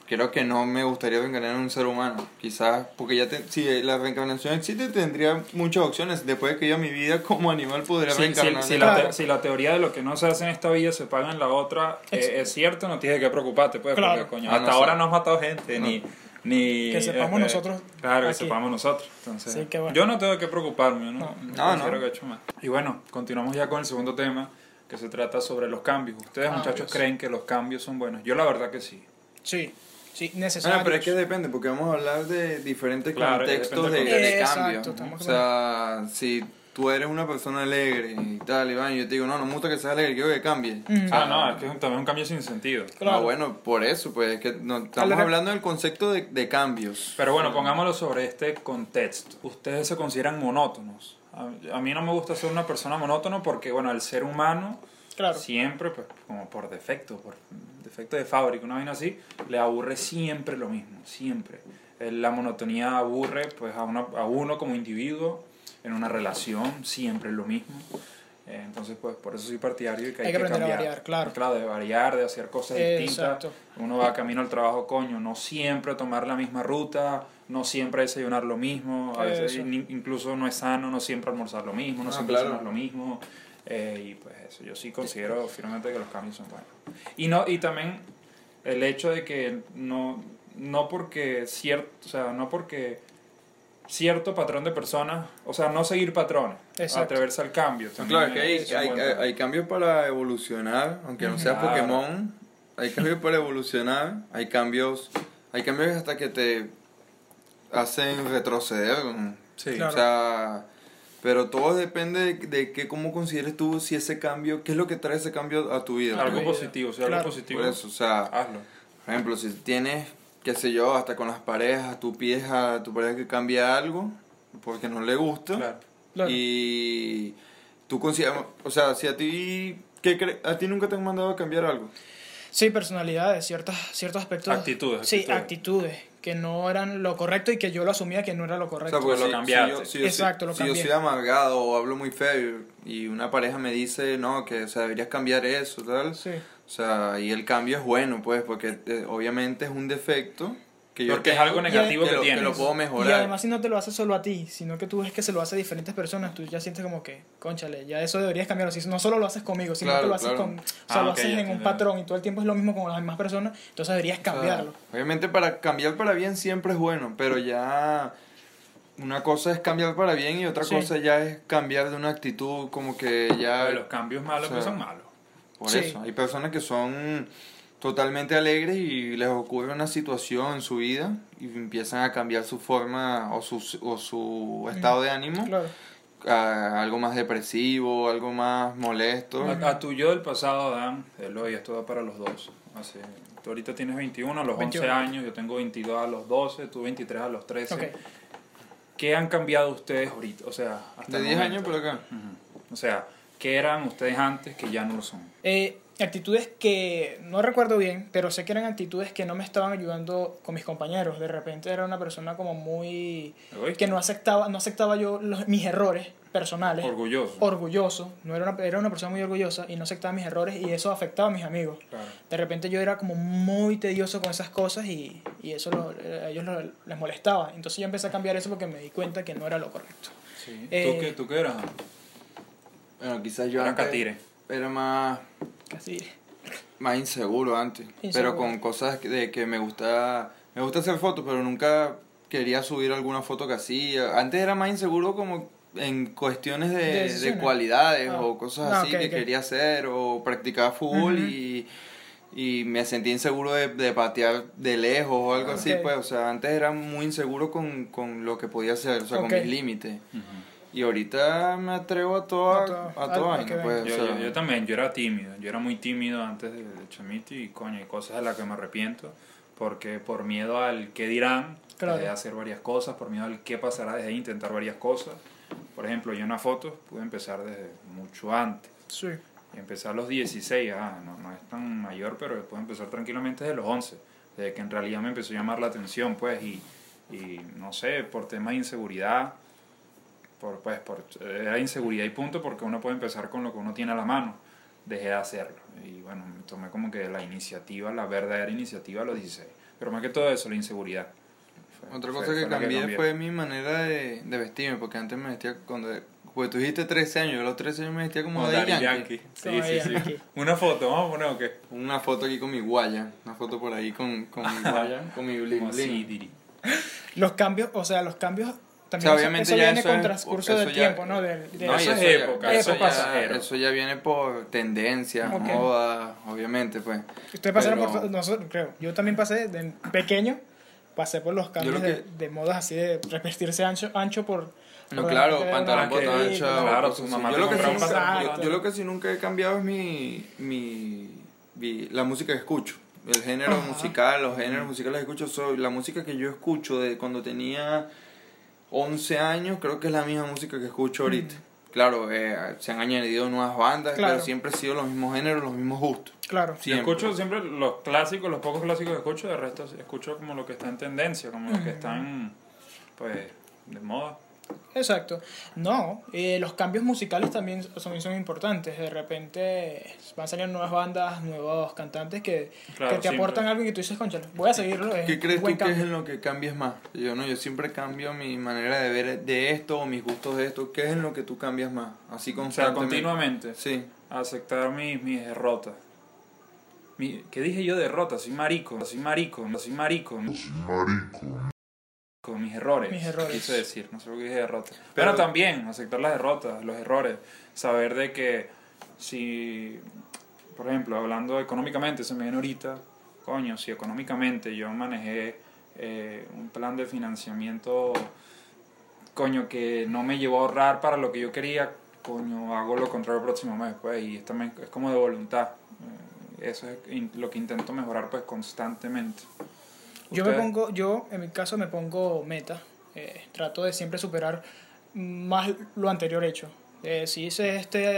[SPEAKER 3] Creo que no me gustaría reencarnar en un ser humano. Quizás, porque ya te- si la reencarnación existe, tendría muchas opciones. Después de que yo mi vida como animal podría
[SPEAKER 2] Si,
[SPEAKER 3] reencarnar.
[SPEAKER 2] si- si la te-
[SPEAKER 1] Claro.
[SPEAKER 2] si la teoría de lo que no se hace en esta vida se paga en la otra, eh,
[SPEAKER 1] Exacto.
[SPEAKER 2] es cierto, no tienes que preocuparte, pues,
[SPEAKER 1] Claro.
[SPEAKER 2] porque, coño,
[SPEAKER 3] Ah, no
[SPEAKER 2] hasta
[SPEAKER 3] sé.
[SPEAKER 2] ahora no has matado gente, ni, ni...
[SPEAKER 1] Que sepamos
[SPEAKER 2] eh,
[SPEAKER 1] nosotros
[SPEAKER 2] Claro, que
[SPEAKER 1] aquí.
[SPEAKER 2] sepamos nosotros. Entonces,
[SPEAKER 1] Sí, qué bueno.
[SPEAKER 2] Yo no tengo que preocuparme,
[SPEAKER 1] No.
[SPEAKER 2] ¿no?
[SPEAKER 3] No,
[SPEAKER 2] considero
[SPEAKER 3] no.
[SPEAKER 2] que he hecho mal. Y bueno, continuamos ya con el segundo tema, que se trata sobre los cambios. ¿Ustedes,
[SPEAKER 1] Cambios.
[SPEAKER 2] muchachos, creen que los cambios son buenos? Yo la verdad que sí.
[SPEAKER 1] Sí, sí,
[SPEAKER 3] Ah,
[SPEAKER 1] necesario.
[SPEAKER 3] no, pero es que depende, porque vamos a hablar de diferentes
[SPEAKER 2] Claro,
[SPEAKER 3] contextos de,
[SPEAKER 2] depende
[SPEAKER 1] del
[SPEAKER 3] de
[SPEAKER 1] contexto.
[SPEAKER 3] cambio.
[SPEAKER 1] Exacto, estamos
[SPEAKER 3] O sea, si tú eres una persona alegre y tal, y van, y yo te digo, no, no me gusta que seas alegre, quiero que cambie.
[SPEAKER 1] Mm.
[SPEAKER 2] Ah, no, es que es un- también es un cambio sin sentido.
[SPEAKER 1] Claro.
[SPEAKER 3] Ah, bueno, por eso, pues es que no,
[SPEAKER 1] A la
[SPEAKER 3] estamos
[SPEAKER 1] re-
[SPEAKER 3] hablando del concepto de, de cambios.
[SPEAKER 2] Pero bueno, pongámoslo sobre este contexto. Ustedes se consideran monótonos. A, a mí no me gusta ser una persona monótona porque, bueno, el ser humano
[SPEAKER 1] Claro.
[SPEAKER 2] siempre, pues, como por defecto, por defecto de fábrica, una vaina así, le aburre siempre lo mismo, siempre. Eh, La monotonía aburre, pues, a, una- a uno como individuo, en una relación, siempre es lo mismo. Eh, Entonces, pues, por eso soy partidario y que hay,
[SPEAKER 1] Hay que aprender a
[SPEAKER 2] cambiar.
[SPEAKER 1] variar, claro.
[SPEAKER 2] de variar, de hacer cosas distintas.
[SPEAKER 1] Exacto.
[SPEAKER 2] Uno va camino al trabajo, coño, no siempre tomar la misma ruta, no siempre desayunar lo mismo, a veces
[SPEAKER 1] Eso.
[SPEAKER 2] in- incluso no es sano, no siempre almorzar lo mismo, no
[SPEAKER 3] Ah,
[SPEAKER 2] siempre
[SPEAKER 3] claro.
[SPEAKER 2] cenar lo mismo. eh, y pues eso, yo sí considero firmemente que los cambios son buenos. Y, no, y también el hecho de que no, no porque cierto, o sea, no porque cierto patrón de personas, o sea, no seguir patrones,
[SPEAKER 1] Exacto.
[SPEAKER 2] atreverse al cambio.
[SPEAKER 3] No,
[SPEAKER 2] también
[SPEAKER 3] claro, es que hay,
[SPEAKER 2] es un
[SPEAKER 3] hay,
[SPEAKER 2] buen
[SPEAKER 3] hay-
[SPEAKER 2] punto.
[SPEAKER 3] hay cambios para evolucionar, aunque no sea
[SPEAKER 2] Claro.
[SPEAKER 3] Pokémon, hay cambios para evolucionar, hay cambios, hay cambios hasta que te hacen retroceder. ¿no?
[SPEAKER 2] Sí.
[SPEAKER 1] Claro.
[SPEAKER 3] O sea, pero todo depende de, de que cómo consideres tú si ese cambio, qué es lo que trae ese cambio a tu vida.
[SPEAKER 2] Algo
[SPEAKER 3] ¿no?
[SPEAKER 2] positivo, si
[SPEAKER 1] Claro.
[SPEAKER 2] algo positivo,
[SPEAKER 3] Por eso, o sea,
[SPEAKER 2] hazlo.
[SPEAKER 3] Por ejemplo, si tienes, qué sé yo, hasta con las parejas, tú pides a tu pareja que cambie algo porque no le gusta.
[SPEAKER 2] Claro.
[SPEAKER 1] Claro.
[SPEAKER 3] Y tú consideras, o sea, si a ti, ¿qué cre- a ti nunca te han mandado a cambiar algo.
[SPEAKER 1] Sí, personalidades, ciertas, ciertos aspectos.
[SPEAKER 2] Actitudes,
[SPEAKER 1] Sí,
[SPEAKER 2] actitudes.
[SPEAKER 1] actitudes. Que no eran lo correcto y que yo lo asumía que no era lo
[SPEAKER 3] O sea,
[SPEAKER 1] correcto.
[SPEAKER 3] porque
[SPEAKER 2] Lo
[SPEAKER 3] si- si
[SPEAKER 2] cambiaste.
[SPEAKER 3] yo- si yo soy-
[SPEAKER 1] Exacto, lo
[SPEAKER 3] si yo
[SPEAKER 1] cambié.
[SPEAKER 3] soy amargado o hablo muy feo y una pareja me dice, no, que o sea, deberías cambiar eso, tal.
[SPEAKER 1] Sí.
[SPEAKER 3] O sea, y el cambio es bueno, pues, porque eh, obviamente es un defecto que yo
[SPEAKER 2] Porque es
[SPEAKER 3] tengo,
[SPEAKER 2] algo negativo
[SPEAKER 3] que
[SPEAKER 2] que,
[SPEAKER 3] lo, que
[SPEAKER 2] tienes.
[SPEAKER 3] lo puedo
[SPEAKER 1] Y
[SPEAKER 3] mejorar.
[SPEAKER 1] además si no te lo hace solo a ti, sino que tú ves que se lo hace a diferentes personas, tú ya sientes como que, conchale, ya eso deberías cambiarlo. Si no solo lo haces conmigo, sino
[SPEAKER 3] Claro,
[SPEAKER 1] que lo haces
[SPEAKER 3] claro.
[SPEAKER 1] con... O sea,
[SPEAKER 2] Ah,
[SPEAKER 1] lo
[SPEAKER 2] ok,
[SPEAKER 1] haces
[SPEAKER 2] ya
[SPEAKER 1] en un
[SPEAKER 2] entiendo.
[SPEAKER 1] patrón y todo el tiempo es lo mismo con las demás personas, entonces deberías
[SPEAKER 3] O sea,
[SPEAKER 1] cambiarlo.
[SPEAKER 3] obviamente para cambiar para bien siempre es bueno, pero ya una cosa es cambiar para bien y otra
[SPEAKER 1] Sí.
[SPEAKER 3] cosa ya es cambiar de una actitud como que ya...
[SPEAKER 2] Pero Los cambios malos
[SPEAKER 3] O sea,
[SPEAKER 2] pues son malos.
[SPEAKER 3] Por
[SPEAKER 1] Sí.
[SPEAKER 3] eso, hay personas que son totalmente alegres y les ocurre una situación en su vida y empiezan a cambiar su forma o su, o su
[SPEAKER 1] Mm.
[SPEAKER 3] estado de ánimo
[SPEAKER 1] Claro.
[SPEAKER 3] a algo más depresivo, algo más molesto.
[SPEAKER 2] A, a tu yo del pasado, Dan, Eloy, esto va para los dos. Así, tú ahorita tienes 21 a los
[SPEAKER 1] 21.
[SPEAKER 2] 11 años, yo tengo 22 a los 12, tú 23 a los 13.
[SPEAKER 1] Ok.
[SPEAKER 2] ¿Qué han cambiado ustedes ahorita? O sea, hasta
[SPEAKER 3] De
[SPEAKER 2] el
[SPEAKER 3] 10 años
[SPEAKER 2] momento.
[SPEAKER 3] por acá.
[SPEAKER 2] Ujú. O sea, ¿qué eran ustedes antes que ya no lo son?
[SPEAKER 1] Eh, actitudes que no recuerdo bien, pero sé que eran actitudes que no me estaban ayudando con mis compañeros. De repente era una persona como muy...
[SPEAKER 2] Egoísta.
[SPEAKER 1] que no aceptaba, no aceptaba yo los- mis errores personales.
[SPEAKER 2] Orgulloso.
[SPEAKER 1] orgulloso, no era una, era una persona muy orgullosa y no aceptaba mis errores y eso afectaba a mis amigos.
[SPEAKER 2] Claro.
[SPEAKER 1] De repente yo era como muy tedioso con esas cosas y, y eso lo- a ellos lo- les molestaba. Entonces yo empecé a cambiar eso porque me di cuenta que no era lo correcto.
[SPEAKER 2] Sí.
[SPEAKER 1] Eh,
[SPEAKER 2] ¿Tú, qué, ¿Tú qué eras?
[SPEAKER 3] Bueno, quizás yo
[SPEAKER 2] Era
[SPEAKER 3] antes
[SPEAKER 2] catire.
[SPEAKER 3] era más,
[SPEAKER 1] Así.
[SPEAKER 3] más inseguro antes,
[SPEAKER 1] Inseguro.
[SPEAKER 3] pero con cosas que- de que me gusta, me gusta hacer fotos, pero nunca quería subir alguna foto que hacía. Antes era más inseguro como en cuestiones de,
[SPEAKER 1] De
[SPEAKER 3] de
[SPEAKER 1] decisiones.
[SPEAKER 3] cualidades
[SPEAKER 1] Ah.
[SPEAKER 3] o cosas
[SPEAKER 1] Ah,
[SPEAKER 3] así
[SPEAKER 1] ok,
[SPEAKER 3] que
[SPEAKER 1] ok.
[SPEAKER 3] quería hacer o practicaba fútbol
[SPEAKER 1] Ujú.
[SPEAKER 3] y, y me sentía inseguro de, de patear de lejos o algo así,
[SPEAKER 1] Ah, Ok.
[SPEAKER 3] pues, o sea, antes era muy inseguro con, con lo que podía hacer, o sea,
[SPEAKER 1] Ok.
[SPEAKER 3] con mis límites.
[SPEAKER 2] Ujú.
[SPEAKER 3] Y ahorita me atrevo a
[SPEAKER 1] A
[SPEAKER 3] toda,
[SPEAKER 1] todo,
[SPEAKER 3] a
[SPEAKER 1] a-
[SPEAKER 3] toda
[SPEAKER 1] a
[SPEAKER 3] vaina,
[SPEAKER 1] que
[SPEAKER 3] pues, o
[SPEAKER 2] Yo,
[SPEAKER 3] sea,
[SPEAKER 2] yo- yo también, yo era tímido, yo era muy tímido antes de, de Chamiti y coño, hay cosas de las que me arrepiento, porque por miedo al qué dirán,
[SPEAKER 1] Claro.
[SPEAKER 2] dejé de hacer varias cosas, por miedo al qué pasará, dejé de intentar varias cosas. Por ejemplo, yo en las fotos pude empezar desde mucho antes.
[SPEAKER 1] Sí.
[SPEAKER 2] Empecé a los 16, ah, no, no es tan mayor, pero puedo empezar tranquilamente desde los 11, desde que en realidad me empezó a llamar la atención, pues, y, y no sé, por temas de inseguridad, por, pues, por, era inseguridad y punto, porque uno puede empezar con lo que uno tiene a la mano, dejé de hacerlo, y bueno, me tomé como que la iniciativa, la verdadera iniciativa a los 16, pero más que todo eso, la inseguridad. Fue-
[SPEAKER 3] Otra
[SPEAKER 2] fue-
[SPEAKER 3] cosa que
[SPEAKER 2] fue la
[SPEAKER 3] cambié, fue mi manera de, de vestirme, porque antes me vestía cuando... Pues tú dijiste 13 años, yo a los 13 años me vestía como,
[SPEAKER 2] Como
[SPEAKER 3] Daddy
[SPEAKER 2] Daddy
[SPEAKER 3] Yankee.
[SPEAKER 2] Yankee.
[SPEAKER 1] Como
[SPEAKER 2] Sí,
[SPEAKER 1] Daddy
[SPEAKER 2] sí, sí.
[SPEAKER 1] Yankee.
[SPEAKER 2] Una foto, vamos a poner o qué.
[SPEAKER 3] Una foto aquí con mi guaya, una foto por ahí con, con mi guaya, con mi bling
[SPEAKER 2] Como así,
[SPEAKER 3] bling.
[SPEAKER 2] diri.
[SPEAKER 1] Los cambios, o sea, los cambios
[SPEAKER 3] O
[SPEAKER 1] también
[SPEAKER 3] sea,
[SPEAKER 1] eso-
[SPEAKER 3] obviamente
[SPEAKER 1] eso
[SPEAKER 3] ya
[SPEAKER 1] viene
[SPEAKER 3] eso
[SPEAKER 1] con
[SPEAKER 3] es-
[SPEAKER 1] transcurso
[SPEAKER 3] eso
[SPEAKER 1] del
[SPEAKER 3] ya-
[SPEAKER 1] tiempo, ¿no? De, de-
[SPEAKER 3] No, y
[SPEAKER 2] Eso es
[SPEAKER 3] ya-
[SPEAKER 2] época,
[SPEAKER 3] eso
[SPEAKER 1] épocas.
[SPEAKER 3] ya, eso ya viene por tendencias,
[SPEAKER 1] Ok.
[SPEAKER 3] moda, obviamente, pues.
[SPEAKER 1] Ustedes pasaron
[SPEAKER 3] Pero-
[SPEAKER 1] por to- nosotros, creo. Yo también pasé de pequeño, pasé por los cambios
[SPEAKER 3] lo
[SPEAKER 1] de,
[SPEAKER 3] que-
[SPEAKER 1] de modas así de vestirse ancho, ancho por.
[SPEAKER 3] No,
[SPEAKER 1] por-
[SPEAKER 3] claro,
[SPEAKER 1] por-
[SPEAKER 3] pantalón
[SPEAKER 2] Ah,
[SPEAKER 3] botón
[SPEAKER 2] que-
[SPEAKER 3] ancho.
[SPEAKER 2] claro,
[SPEAKER 3] cosas
[SPEAKER 2] tu
[SPEAKER 3] así.
[SPEAKER 2] mamá
[SPEAKER 3] yo
[SPEAKER 2] te
[SPEAKER 3] lo, que sí,
[SPEAKER 2] compraba
[SPEAKER 1] un
[SPEAKER 3] nunca-
[SPEAKER 1] pantalón.
[SPEAKER 3] yo, yo lo que sí nunca he cambiado es mi, mi, mi- la música que escucho. El género
[SPEAKER 1] Ajá.
[SPEAKER 3] musical, los géneros musicales que escucho. Soy, la música que yo escucho de cuando tenía 11 años, creo que es la misma música que escucho ahorita. Claro, eh, se han añadido nuevas bandas,
[SPEAKER 1] Claro.
[SPEAKER 3] pero siempre han sido los mismos géneros, los mismos gustos.
[SPEAKER 1] Claro.
[SPEAKER 3] Siempre.
[SPEAKER 2] Yo escucho siempre los clásicos, los pocos clásicos que escucho, de resto escucho como lo que está en tendencia, como lo que están, pues, de moda.
[SPEAKER 1] Exacto. No, eh, los cambios musicales también son, son importantes. De repente van saliendo nuevas bandas, nuevos cantantes que,
[SPEAKER 2] Claro,
[SPEAKER 1] que te
[SPEAKER 2] siempre.
[SPEAKER 1] aportan algo y que tú dices, concha, voy a seguirlo.
[SPEAKER 2] Eh,
[SPEAKER 1] es
[SPEAKER 3] ¿Qué
[SPEAKER 1] un
[SPEAKER 3] crees tú
[SPEAKER 1] buen
[SPEAKER 3] que es
[SPEAKER 1] cambio".
[SPEAKER 3] en lo que cambias más? Yo no, yo siempre cambio mi manera de ver de esto o mis gustos de esto. ¿Qué es en lo que tú cambias más? Así
[SPEAKER 2] O sea,
[SPEAKER 3] constantemente.
[SPEAKER 2] continuamente,
[SPEAKER 3] Sí.
[SPEAKER 2] aceptar mis, mis derrotas. Mi- ¿Qué dije yo derrotas? Soy marico, soy marico, soy marico. Con mis errores.
[SPEAKER 1] Mis errores.
[SPEAKER 2] Quise decir, no sé lo que dije derrota.
[SPEAKER 3] Pero-
[SPEAKER 2] Pero, también aceptar las derrotas, los errores. Saber de que si, por ejemplo, hablando económicamente, se me viene ahorita, coño, si económicamente yo manejé eh, un plan de financiamiento, coño, que no me llevó a ahorrar para lo que yo quería, coño, hago lo contrario el próximo mes, pues, y esto me- es como de voluntad. Eh, Eso es in- lo que intento mejorar, pues, constantemente.
[SPEAKER 1] Yo me
[SPEAKER 3] Ustedes-
[SPEAKER 1] pongo, yo en mi caso me pongo meta. eh, trato de siempre superar más lo anterior hecho. Eh, si hice este,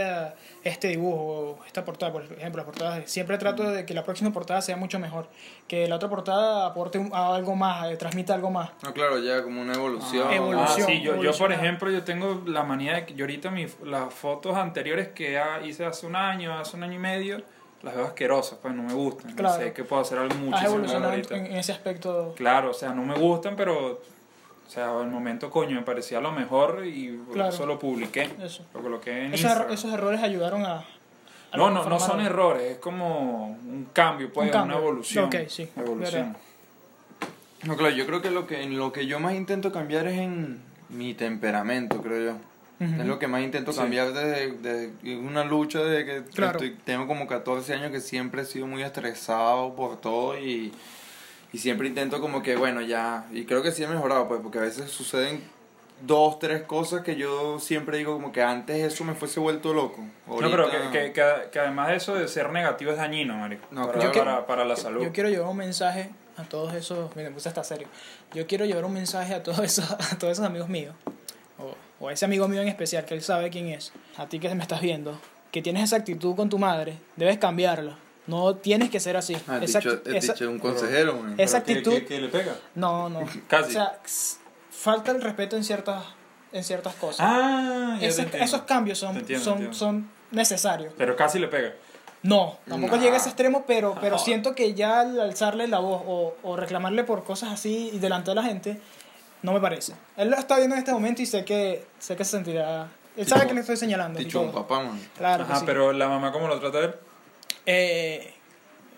[SPEAKER 1] este dibujo, o esta portada, por ejemplo, las portadas, siempre trato de que la próxima portada sea mucho mejor, que la otra portada aporte un- a algo más, eh, transmita algo más.
[SPEAKER 3] No, claro, ya como una evolución.
[SPEAKER 2] Ah,
[SPEAKER 1] Evolución,
[SPEAKER 2] sí, yo, yo por
[SPEAKER 1] evolucionar.
[SPEAKER 2] ejemplo, yo tengo la manía de que yo ahorita mis, las fotos anteriores que ha- hice hace un año, hace un año y medio, las veo asquerosas, pues no me gustan.
[SPEAKER 1] Claro.
[SPEAKER 2] Sé que puedo hacer algo
[SPEAKER 1] Has
[SPEAKER 2] muchísimo mejor
[SPEAKER 1] evolucionado
[SPEAKER 2] ahorita.
[SPEAKER 1] en, en ese aspecto.
[SPEAKER 2] Claro, o sea, no me gustan, pero. O sea, al momento, coño, me parecía lo mejor y por
[SPEAKER 1] Claro.
[SPEAKER 2] eso lo publiqué.
[SPEAKER 1] Eso.
[SPEAKER 2] Lo coloqué en
[SPEAKER 1] Esos,
[SPEAKER 2] Instagram.
[SPEAKER 1] erro- esos errores ayudaron a. a
[SPEAKER 2] No, no, no
[SPEAKER 1] formar-
[SPEAKER 2] son errores, es como un cambio, pues,
[SPEAKER 1] Un cambio.
[SPEAKER 2] una evolución.
[SPEAKER 1] Ok, sí,
[SPEAKER 2] Evolución.
[SPEAKER 3] No, claro, yo creo que lo que en lo que yo más intento cambiar es en mi temperamento, creo yo.
[SPEAKER 1] Ujú.
[SPEAKER 3] Es lo que más intento
[SPEAKER 2] Sí.
[SPEAKER 3] cambiar desde, desde- es una lucha de que
[SPEAKER 1] Claro.
[SPEAKER 3] estoy- tengo como 14 años que siempre he sido muy estresado por todo y, y siempre intento como que, bueno, ya, y creo que sí he mejorado, pues, porque a veces suceden dos, tres cosas que yo siempre digo como que antes eso me fuese vuelto loco.
[SPEAKER 2] No, pero que,
[SPEAKER 3] Ahorita-
[SPEAKER 2] que, que- que además de eso de ser negativo es dañino, marico.
[SPEAKER 3] No,
[SPEAKER 2] para,
[SPEAKER 3] claro.
[SPEAKER 2] para, para la salud.
[SPEAKER 1] Yo quiero llevar un mensaje a todos esos. Mira, me puse hasta serio. Yo quiero llevar un mensaje a todos esos, a todos esos amigos míos. O, o a ese amigo mío en especial, que él sabe quién es. A ti que me estás viendo. Que tienes esa actitud con tu madre. Debes cambiarla. No tienes que ser así.
[SPEAKER 3] Ah, el
[SPEAKER 1] Esa-
[SPEAKER 3] dicho- el
[SPEAKER 1] esa-
[SPEAKER 3] dicho de un consejero, güey.
[SPEAKER 1] esa
[SPEAKER 2] Pero que-
[SPEAKER 1] actitud-
[SPEAKER 2] que- que le pega?
[SPEAKER 1] No, no.
[SPEAKER 2] Casi.
[SPEAKER 1] O sea, s- falta el respeto en ciertas, en ciertas cosas.
[SPEAKER 2] Ah, ya te
[SPEAKER 1] Ese-
[SPEAKER 2] entiendo.
[SPEAKER 1] esos cambios son,
[SPEAKER 2] Te entiendo,
[SPEAKER 1] son,
[SPEAKER 2] entiendo.
[SPEAKER 1] son necesarios.
[SPEAKER 2] Pero casi le pega.
[SPEAKER 1] No, tampoco
[SPEAKER 3] Nah.
[SPEAKER 1] llega a ese extremo, pero, pero
[SPEAKER 2] Ajá.
[SPEAKER 1] siento que ya al alzarle la voz o, o reclamarle por cosas así y delante de la gente, no me parece. Él lo está viendo en este momento y sé que, sé que se sentirá... Él
[SPEAKER 3] Tipo-
[SPEAKER 1] sabe que le estoy señalando. y
[SPEAKER 3] Dicho un
[SPEAKER 1] todo.
[SPEAKER 3] papá, man.
[SPEAKER 1] Claro que
[SPEAKER 2] Ajá,
[SPEAKER 1] sí.
[SPEAKER 2] pero la mamá, ¿cómo lo trata él?
[SPEAKER 1] Eh,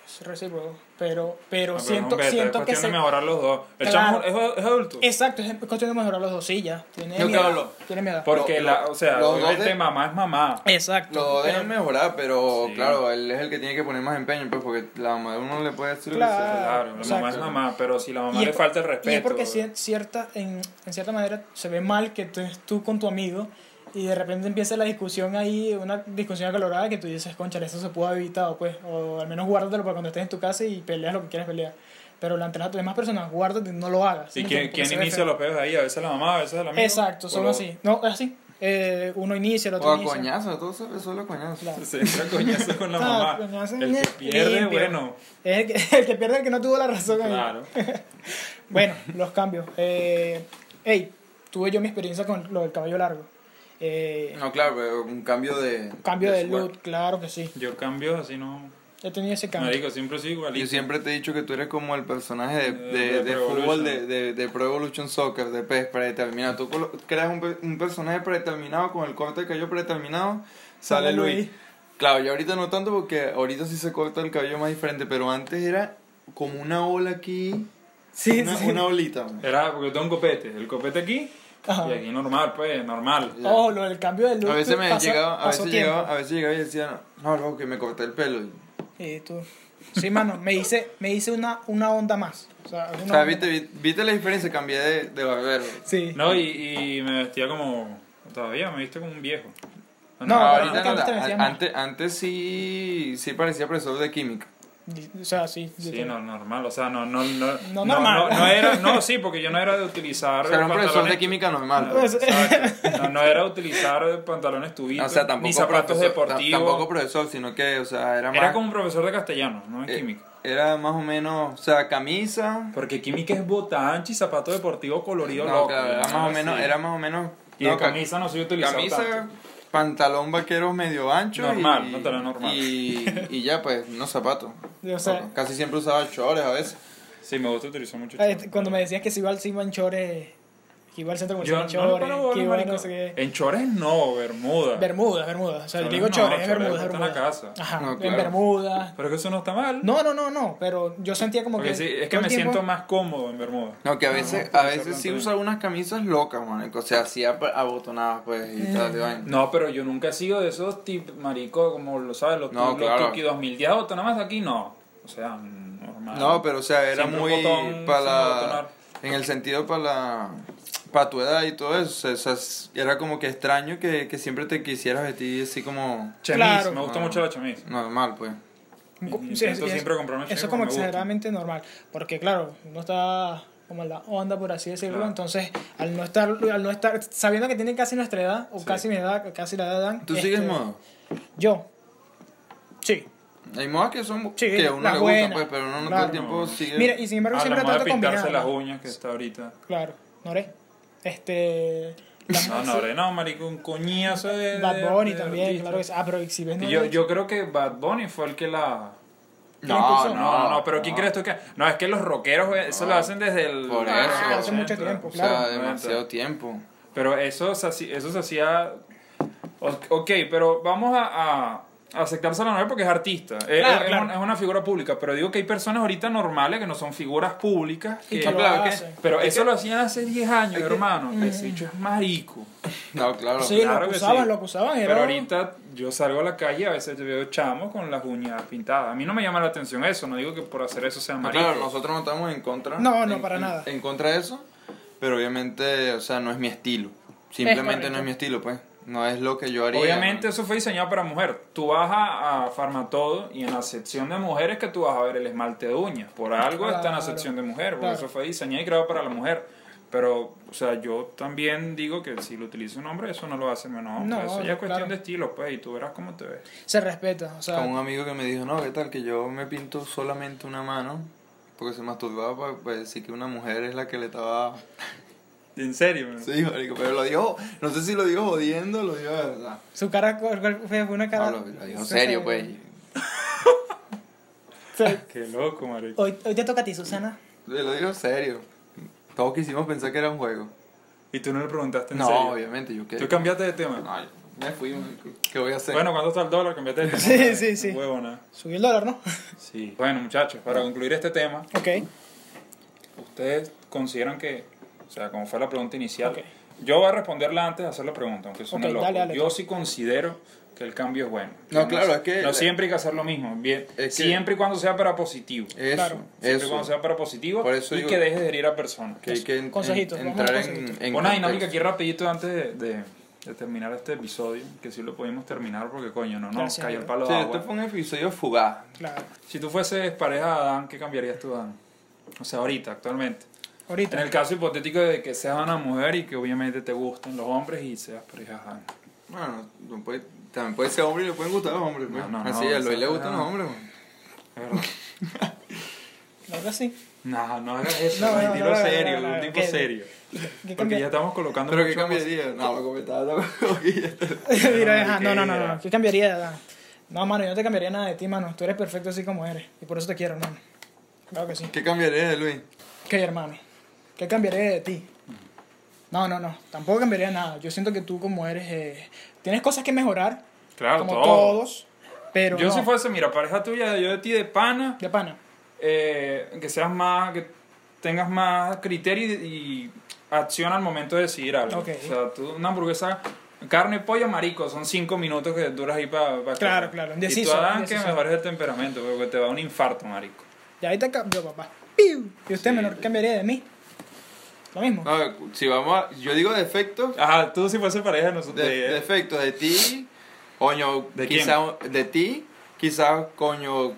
[SPEAKER 1] es recíproco, pero, pero
[SPEAKER 2] Ah, pero es un
[SPEAKER 1] siento,
[SPEAKER 2] beta,
[SPEAKER 1] siento
[SPEAKER 2] es
[SPEAKER 1] que
[SPEAKER 2] cuestión
[SPEAKER 1] se...
[SPEAKER 2] de mejorar los dos. El
[SPEAKER 1] Claro.
[SPEAKER 2] chamo es, es adulto.
[SPEAKER 1] Exacto, es cuestión de mejorar los dos, sí, ya. Tiene
[SPEAKER 3] Yo
[SPEAKER 1] mi
[SPEAKER 3] que
[SPEAKER 1] edad,
[SPEAKER 3] hablo.
[SPEAKER 1] Tiene mi edad.
[SPEAKER 2] Porque,
[SPEAKER 3] Lo-
[SPEAKER 2] la, o sea,
[SPEAKER 3] los dos
[SPEAKER 2] obviamente
[SPEAKER 3] de-
[SPEAKER 2] mamá es mamá.
[SPEAKER 1] Exacto.
[SPEAKER 3] Lo
[SPEAKER 1] pero-
[SPEAKER 3] dejan mejorar, pero
[SPEAKER 2] Sí.
[SPEAKER 3] claro, él es el que tiene que poner más empeño, pues, porque la mamá de uno le puede decir lo que
[SPEAKER 1] Claro.
[SPEAKER 3] sea.
[SPEAKER 2] Claro, la mamá es
[SPEAKER 1] Exacto.
[SPEAKER 2] mamá, pero si la mamá
[SPEAKER 1] Y es
[SPEAKER 2] le
[SPEAKER 1] por-
[SPEAKER 2] falta el respeto.
[SPEAKER 1] Y es porque cier- cierta, en, en cierta manera se ve mal que tú, tú con tu amigo y de repente empieza la discusión ahí, una discusión acalorada que tú dices, conchale, eso se pudo haber evitado, pues, o al menos guárdatelo para cuando estés en tu casa y peleas lo que quieras pelear. Pero delante de las demás personas, guárdate y no lo hagas.
[SPEAKER 2] ¿Y
[SPEAKER 1] ¿me
[SPEAKER 2] quién,
[SPEAKER 1] entiendes? Porque
[SPEAKER 2] quién
[SPEAKER 1] se ve
[SPEAKER 2] inicia
[SPEAKER 1] feo.
[SPEAKER 2] los peos ahí? A veces la mamá, a veces el amigo.
[SPEAKER 1] Exacto,
[SPEAKER 2] O
[SPEAKER 1] son
[SPEAKER 2] los-
[SPEAKER 1] así. No, es así. Eh, uno inicia, el
[SPEAKER 3] O
[SPEAKER 1] otro
[SPEAKER 3] a
[SPEAKER 1] inicia.
[SPEAKER 3] coñazo, todo se resuelve a coñazo.
[SPEAKER 1] Claro.
[SPEAKER 2] Se entra coñazo con la
[SPEAKER 1] Ah,
[SPEAKER 2] mamá.
[SPEAKER 1] coñazo.
[SPEAKER 2] El que pierde,
[SPEAKER 1] Limpio.
[SPEAKER 2] bueno.
[SPEAKER 1] Es el que, el que pierde, el que no tuvo la razón ahí.
[SPEAKER 2] Claro.
[SPEAKER 1] Bueno, los cambios. Eh, hey, tuve yo mi experiencia con lo del cabello largo. Eh,
[SPEAKER 3] No, claro, pero un cambio de.
[SPEAKER 1] Cambio de
[SPEAKER 3] swag.
[SPEAKER 1] look, claro que sí.
[SPEAKER 2] Yo cambio así, no.
[SPEAKER 1] He tenido ese cambio.
[SPEAKER 2] Marico, siempre soy
[SPEAKER 3] Yo
[SPEAKER 2] igualito.
[SPEAKER 3] siempre te he dicho que tú eres como el personaje de,
[SPEAKER 2] Eh,
[SPEAKER 3] de,
[SPEAKER 2] de
[SPEAKER 3] de
[SPEAKER 2] Pro
[SPEAKER 3] fútbol de,
[SPEAKER 2] Evolution.
[SPEAKER 3] de, de Pro Evolution Soccer, de PES predeterminado. Tú colo- creas un, pe- un personaje predeterminado con el corte de cabello predeterminado, sale Luis. Claro, yo ahorita no tanto porque ahorita sí se corta el cabello más diferente, pero antes era como una ola aquí,
[SPEAKER 1] Sí,
[SPEAKER 3] una,
[SPEAKER 1] sí.
[SPEAKER 3] una olita. man.
[SPEAKER 2] Era porque yo tengo un copete. El copete aquí
[SPEAKER 1] Ajá.
[SPEAKER 2] y aquí normal, pues, normal.
[SPEAKER 3] Ya.
[SPEAKER 1] Ojo, lo del cambio de look.
[SPEAKER 3] A veces me
[SPEAKER 1] pasó-
[SPEAKER 3] llegaba, a
[SPEAKER 1] pasó
[SPEAKER 3] veces
[SPEAKER 1] tiempo.
[SPEAKER 3] llegaba, a veces llegaba y decía, no, loco, que me corté el pelo. Y-
[SPEAKER 1] Y tú. Sí, mano, me hice, me hice una, una onda más. O sea, una
[SPEAKER 3] O sea,
[SPEAKER 1] onda-
[SPEAKER 3] viste, vi- viste la diferencia, cambié de, de barbero.
[SPEAKER 1] Sí.
[SPEAKER 2] No, y, y me vestía como. Todavía me viste como un viejo.
[SPEAKER 1] No,
[SPEAKER 3] No,
[SPEAKER 1] ahorita no,
[SPEAKER 3] ahorita no,
[SPEAKER 1] antes te
[SPEAKER 3] a-
[SPEAKER 1] vestías más.
[SPEAKER 3] antes, antes sí, sí parecía profesor de química.
[SPEAKER 1] O sea, sí. yo
[SPEAKER 2] Sí,
[SPEAKER 1] te-
[SPEAKER 2] no, normal, o sea, no, no, no,
[SPEAKER 1] No normal.
[SPEAKER 2] no, no era, no, sí, porque yo no era de utilizar
[SPEAKER 3] O sea, era un profesor de
[SPEAKER 2] pantalones-
[SPEAKER 3] química normal.
[SPEAKER 1] Pues,
[SPEAKER 2] Exacto. No, no era utilizar pantalones tubitos,
[SPEAKER 3] O sea, tampoco
[SPEAKER 2] ni zapatos
[SPEAKER 3] profesor- ta-
[SPEAKER 2] deportivos.
[SPEAKER 3] Tampoco profesor, sino que, o sea, era más...
[SPEAKER 2] Era como un profesor de castellano, no de
[SPEAKER 3] eh,
[SPEAKER 2] química.
[SPEAKER 3] Era más o menos, o sea, camisa...
[SPEAKER 2] Porque química es bota ancha y zapato deportivo colorido
[SPEAKER 3] no,
[SPEAKER 2] loco.
[SPEAKER 3] claro, era
[SPEAKER 2] ¿no?
[SPEAKER 3] más o menos,
[SPEAKER 2] Sí.
[SPEAKER 3] era más o menos...
[SPEAKER 2] Y
[SPEAKER 3] no,
[SPEAKER 2] de
[SPEAKER 3] ca-
[SPEAKER 2] camisa no soy utilizado
[SPEAKER 3] camisa,
[SPEAKER 2] tanto.
[SPEAKER 3] pantalón vaquero medio ancho
[SPEAKER 2] Normal,
[SPEAKER 3] y,
[SPEAKER 2] no te lo normal.
[SPEAKER 3] Y, y ya, pues, unos zapatos.
[SPEAKER 1] Yo sé.
[SPEAKER 3] Casi siempre usaba chores a veces.
[SPEAKER 2] Sí, me gusta utilizar mucho
[SPEAKER 1] Ah,
[SPEAKER 2] chores.
[SPEAKER 1] este, Cuando me decías que si iba al Simon Chores, que iba al centro
[SPEAKER 2] Yo
[SPEAKER 1] comercial
[SPEAKER 2] no,
[SPEAKER 1] en Chores,
[SPEAKER 2] no, pero bueno,
[SPEAKER 1] que iba a
[SPEAKER 2] marico,
[SPEAKER 1] no sé qué.
[SPEAKER 2] En chores no, bermuda.
[SPEAKER 1] Bermudas, Bermudas. O sea,
[SPEAKER 2] Chores
[SPEAKER 1] digo
[SPEAKER 2] Eh, no,
[SPEAKER 1] Chores, es
[SPEAKER 2] chores,
[SPEAKER 1] Bermudas,
[SPEAKER 2] está en la
[SPEAKER 1] Bermudas.
[SPEAKER 2] casa.
[SPEAKER 1] Ajá,
[SPEAKER 3] No,
[SPEAKER 1] en
[SPEAKER 3] claro.
[SPEAKER 1] Bermudas.
[SPEAKER 2] Pero que eso no está mal.
[SPEAKER 1] No, no, no, no, pero yo sentía como
[SPEAKER 2] Porque
[SPEAKER 1] que...
[SPEAKER 2] sí, es que
[SPEAKER 1] todo el
[SPEAKER 2] me
[SPEAKER 1] tiempo-
[SPEAKER 2] siento más cómodo en bermuda.
[SPEAKER 3] No, que a veces,
[SPEAKER 2] no,
[SPEAKER 3] a
[SPEAKER 2] puede ser
[SPEAKER 3] veces sí
[SPEAKER 2] tanto.
[SPEAKER 3] usaba unas camisas locas, man. O sea, hacía abotonadas, pues,
[SPEAKER 1] Eh.
[SPEAKER 3] y tal, de vaina.
[SPEAKER 2] No, pero yo nunca he sido de esos tip marico, como lo sabes, los
[SPEAKER 3] No,
[SPEAKER 2] no, tuki
[SPEAKER 3] claro.
[SPEAKER 2] 2010, nada más aquí no. O sea, normal.
[SPEAKER 3] No, pero o sea, era
[SPEAKER 2] Siempre un
[SPEAKER 3] muy
[SPEAKER 2] botón
[SPEAKER 3] para
[SPEAKER 2] sin
[SPEAKER 3] la,
[SPEAKER 2] abotonar.
[SPEAKER 3] en el sentido para la, para tu edad y todo eso, o sea, es- era como que extraño que, que siempre te quisieras vestir así como
[SPEAKER 2] Chemis,
[SPEAKER 1] Claro.
[SPEAKER 2] me gusta
[SPEAKER 3] Ah.
[SPEAKER 2] mucho la chemis.
[SPEAKER 3] normal, pues.
[SPEAKER 1] Sí,
[SPEAKER 2] Intento
[SPEAKER 1] es-
[SPEAKER 2] siempre comprarme
[SPEAKER 1] Eso
[SPEAKER 2] chemis
[SPEAKER 1] es como
[SPEAKER 2] porque me gusta.
[SPEAKER 1] exageradamente normal, porque claro, uno está como en la onda, por así decirlo,
[SPEAKER 2] Claro.
[SPEAKER 1] entonces al no estar al no estar sabiendo que tienen casi nuestra edad, o
[SPEAKER 2] Sí.
[SPEAKER 1] casi mi edad, casi la edad de Dan,
[SPEAKER 3] ¿Tú
[SPEAKER 1] este,
[SPEAKER 3] sigues moda?
[SPEAKER 1] Yo, sí.
[SPEAKER 3] Hay modas que son
[SPEAKER 1] Sí,
[SPEAKER 3] que a uno
[SPEAKER 1] las
[SPEAKER 3] le gustan,
[SPEAKER 1] buenas,
[SPEAKER 3] pues, pero uno no todo
[SPEAKER 1] claro.
[SPEAKER 3] el tiempo sigue.
[SPEAKER 1] Mira, y sin embargo
[SPEAKER 2] Ah, la
[SPEAKER 1] siempre
[SPEAKER 2] moda
[SPEAKER 1] trato
[SPEAKER 2] de
[SPEAKER 1] de
[SPEAKER 2] pintarse
[SPEAKER 1] combinar.
[SPEAKER 2] las uñas que está ahorita.
[SPEAKER 1] Claro, no haré. Este.
[SPEAKER 2] No, no, hombre, no, marico, un coñazo de... de-
[SPEAKER 1] Bad Bunny
[SPEAKER 2] de
[SPEAKER 1] también,
[SPEAKER 2] artista.
[SPEAKER 1] claro que sí. Ah, pero si ves...
[SPEAKER 2] Y
[SPEAKER 1] no
[SPEAKER 2] Yo,
[SPEAKER 1] lo-
[SPEAKER 2] yo creo que Bad Bunny fue el que la...
[SPEAKER 1] impulsó?
[SPEAKER 2] No, no, no, pero ¿quién crees tú que...? No, es que los rockeros eh, eso lo hacen desde el...
[SPEAKER 3] Por
[SPEAKER 1] Ah,
[SPEAKER 3] eso,
[SPEAKER 1] hace mucho tiempo,
[SPEAKER 3] O sea,
[SPEAKER 1] claro.
[SPEAKER 3] demasiado tiempo.
[SPEAKER 2] Pero eso se hacía... Eso se hacía o- ok, pero vamos a, a aceptarse la novela porque es artista. Es,
[SPEAKER 1] Claro,
[SPEAKER 2] es-
[SPEAKER 1] claro.
[SPEAKER 2] es una figura pública, pero digo que hay personas ahorita normales que no son figuras públicas.
[SPEAKER 1] Y
[SPEAKER 2] que-
[SPEAKER 1] que lo
[SPEAKER 3] claro,
[SPEAKER 1] hacen.
[SPEAKER 2] pero
[SPEAKER 3] Es
[SPEAKER 2] eso
[SPEAKER 3] que-
[SPEAKER 2] lo hacían hace 10 años,
[SPEAKER 3] es que-
[SPEAKER 2] hermano. Ese dicho es marico.
[SPEAKER 3] No, claro.
[SPEAKER 1] Sí,
[SPEAKER 2] claro
[SPEAKER 1] lo
[SPEAKER 2] que
[SPEAKER 1] acusaban,
[SPEAKER 2] sí.
[SPEAKER 1] lo acusaban. Era...
[SPEAKER 2] Pero ahorita yo salgo a la calle y a veces yo veo chamos con las uñas pintadas. A mí no me llama la atención eso, no digo que por hacer eso sea
[SPEAKER 3] No,
[SPEAKER 2] marico.
[SPEAKER 3] claro, nosotros no estamos en contra.
[SPEAKER 1] No, no,
[SPEAKER 3] en-
[SPEAKER 1] para
[SPEAKER 3] en-
[SPEAKER 1] nada.
[SPEAKER 3] En contra de eso, pero obviamente, o sea, no es mi estilo. Simplemente no es mi estilo, pues. No es lo que yo haría.
[SPEAKER 2] Obviamente
[SPEAKER 3] ¿no?
[SPEAKER 2] eso fue diseñado para mujer. Tú vas a, a Farmatodo y en la sección de mujeres que tú vas a ver el esmalte de uñas. Por algo está en la
[SPEAKER 1] Claro,
[SPEAKER 2] sección de mujer, porque
[SPEAKER 1] claro.
[SPEAKER 2] eso fue diseñado y creado para la mujer. Pero, o sea, yo también digo que si lo utiliza un hombre, eso no lo hace menos hombre.
[SPEAKER 1] No,
[SPEAKER 2] eso ya
[SPEAKER 1] no,
[SPEAKER 2] es cuestión
[SPEAKER 1] claro.
[SPEAKER 2] de estilo, pues, y tú verás cómo te ves.
[SPEAKER 1] Se respeta, o sea...
[SPEAKER 3] Con un amigo que me dijo, no, ¿qué tal? Que yo me pinto solamente una mano. Porque se masturbaba para, pues, decir que una mujer es la que le estaba.
[SPEAKER 2] En serio, man?
[SPEAKER 3] Sí, marico, pero lo dijo. No sé si lo dijo jodiendo, lo dijo de verdad.
[SPEAKER 1] Su cara cor- fue una cara...
[SPEAKER 3] No, lo, lo dijo serio, pues.
[SPEAKER 1] Sí.
[SPEAKER 2] Qué loco, marico.
[SPEAKER 1] Hoy, hoy te toca a ti, Susana.
[SPEAKER 3] Lo dijo serio. Todos quisimos pensar que era un juego.
[SPEAKER 2] Y tú no le preguntaste en
[SPEAKER 3] No, Ah,
[SPEAKER 2] serio.
[SPEAKER 3] obviamente, yo qué.
[SPEAKER 2] Tú cambiaste de tema.
[SPEAKER 3] No, yo me fui, marico. ¿Qué voy a hacer?
[SPEAKER 2] Bueno, ¿cuánto está el dólar? Cambiaste de tema.
[SPEAKER 1] Sí, sí, sí.
[SPEAKER 2] Huevona.
[SPEAKER 1] Subió el dólar, ¿no?
[SPEAKER 2] Sí. Bueno, muchachos, para concluir este tema,
[SPEAKER 1] Ok.
[SPEAKER 2] ¿ustedes consideran que, o sea, como fue la pregunta inicial,
[SPEAKER 1] Ok.
[SPEAKER 2] yo voy a responderla antes de hacer la pregunta, aunque suene
[SPEAKER 1] Ok,
[SPEAKER 2] loco.
[SPEAKER 1] dale, dale,
[SPEAKER 2] yo
[SPEAKER 1] tú.
[SPEAKER 2] sí considero que el cambio es bueno.
[SPEAKER 3] No, claro, es que-
[SPEAKER 2] No siempre hay que hacer lo mismo, bien,
[SPEAKER 3] Es que-
[SPEAKER 2] siempre y cuando sea para positivo.
[SPEAKER 3] Eso,
[SPEAKER 1] Claro.
[SPEAKER 2] Siempre y cuando
[SPEAKER 3] eso.
[SPEAKER 2] sea para positivo
[SPEAKER 3] Por eso
[SPEAKER 2] y
[SPEAKER 3] digo-
[SPEAKER 2] que dejes de herir a personas.
[SPEAKER 3] Que hay que en-
[SPEAKER 1] Consejitos,
[SPEAKER 3] en-
[SPEAKER 1] vamos a
[SPEAKER 3] entrar en,
[SPEAKER 1] consejitos.
[SPEAKER 3] en
[SPEAKER 2] Una dinámica aquí
[SPEAKER 3] contexto.
[SPEAKER 2] rapidito antes de, de- de terminar este episodio, que sí lo pudimos terminar porque coño, no nos
[SPEAKER 1] Gracias,
[SPEAKER 2] cayó el
[SPEAKER 1] amigo.
[SPEAKER 2] palo de
[SPEAKER 3] Sí,
[SPEAKER 2] agua.
[SPEAKER 3] este fue un episodio fugaz.
[SPEAKER 1] Claro.
[SPEAKER 2] Si tú fueses pareja de Adán, ¿qué cambiarías tú, Adán? O sea, ahorita, actualmente. En
[SPEAKER 1] Ahorita.
[SPEAKER 2] el caso hipotético de que seas una mujer y que obviamente te gusten los hombres y seas pareja de Adán.
[SPEAKER 3] Bueno, no puede- también puede ser hombre y le pueden gustar a los hombres. pues.
[SPEAKER 2] no, no,
[SPEAKER 3] Así, a
[SPEAKER 2] o
[SPEAKER 3] Eloy
[SPEAKER 2] sea,
[SPEAKER 3] le gustan
[SPEAKER 2] no.
[SPEAKER 3] los hombres. pues. güey.
[SPEAKER 2] Es verdad.
[SPEAKER 1] Ahora sí.
[SPEAKER 2] No, no hagas eso.
[SPEAKER 1] No,
[SPEAKER 2] No,
[SPEAKER 1] no,
[SPEAKER 2] un
[SPEAKER 1] no,
[SPEAKER 2] tiro
[SPEAKER 1] no, no,
[SPEAKER 2] serio,
[SPEAKER 1] no, no,
[SPEAKER 2] un
[SPEAKER 1] no,
[SPEAKER 2] tipo
[SPEAKER 1] que-
[SPEAKER 2] serio.
[SPEAKER 1] ¿Qué
[SPEAKER 2] Porque ya
[SPEAKER 1] cambiaría?
[SPEAKER 2] estamos colocando
[SPEAKER 3] Pero ¿qué
[SPEAKER 2] mucho
[SPEAKER 3] cambiaría? No, lo comentaba
[SPEAKER 1] Mira,
[SPEAKER 2] No,
[SPEAKER 1] ajá, no, no, no, no.
[SPEAKER 2] que-
[SPEAKER 1] ¿Qué cambiaría de edad? No, mano, yo no te cambiaría nada de ti, mano. Tú eres perfecto así como eres. Y por eso te quiero, hermano. Claro que sí.
[SPEAKER 3] ¿Qué cambiaría de Luis?
[SPEAKER 1] ¿Qué, hermano? ¿Qué cambiaría de ti? No, no, no. Tampoco cambiaría nada. Yo siento que tú como eres... eh, tienes cosas que mejorar.
[SPEAKER 2] más. Claro,
[SPEAKER 1] como
[SPEAKER 2] todo.
[SPEAKER 1] todos. Pero
[SPEAKER 2] Yo
[SPEAKER 1] no.
[SPEAKER 2] si fuese, mira, pareja tuya, yo de ti de pana,
[SPEAKER 1] De pana.
[SPEAKER 2] eh, que seas más, que tengas más criterio y, y acción al momento de decidir algo.
[SPEAKER 1] Ok.
[SPEAKER 2] O sea, tú una hamburguesa, carne, pollo, marico, son cinco minutos que duras ahí para...
[SPEAKER 1] Claro, claro,
[SPEAKER 2] Y
[SPEAKER 1] indeciso,
[SPEAKER 2] tú Adán, que
[SPEAKER 1] indeciso.
[SPEAKER 2] mejores el temperamento, porque te va un infarto, marico.
[SPEAKER 1] Y ahí te cambió, papá. ¡Piu! ¿Y usted, menor, qué cambiaría de mí? Lo mismo.
[SPEAKER 3] No, si vamos a... Yo digo defectos.
[SPEAKER 2] Ajá, tú si fuese pareja de nosotros.
[SPEAKER 3] de- defectos de ti. Coño,
[SPEAKER 2] ¿De
[SPEAKER 3] quizá de ti. Quizás, coño...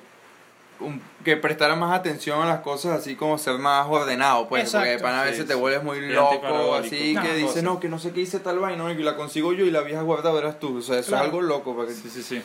[SPEAKER 3] un- que prestara más atención a las cosas así como ser más ordenado pues porque de
[SPEAKER 1] Exacto.
[SPEAKER 3] pana a
[SPEAKER 2] Sí,
[SPEAKER 3] veces
[SPEAKER 2] sí.
[SPEAKER 3] te vuelves muy
[SPEAKER 2] Y
[SPEAKER 3] loco
[SPEAKER 2] antiparabólico.
[SPEAKER 3] así
[SPEAKER 2] No,
[SPEAKER 3] que
[SPEAKER 2] cosa.
[SPEAKER 3] dices no que no sé qué hice tal vaina y la consigo yo y la vieja guarda verás tú o sea eso
[SPEAKER 1] Claro.
[SPEAKER 3] es algo loco para que-
[SPEAKER 2] Sí, sí, sí.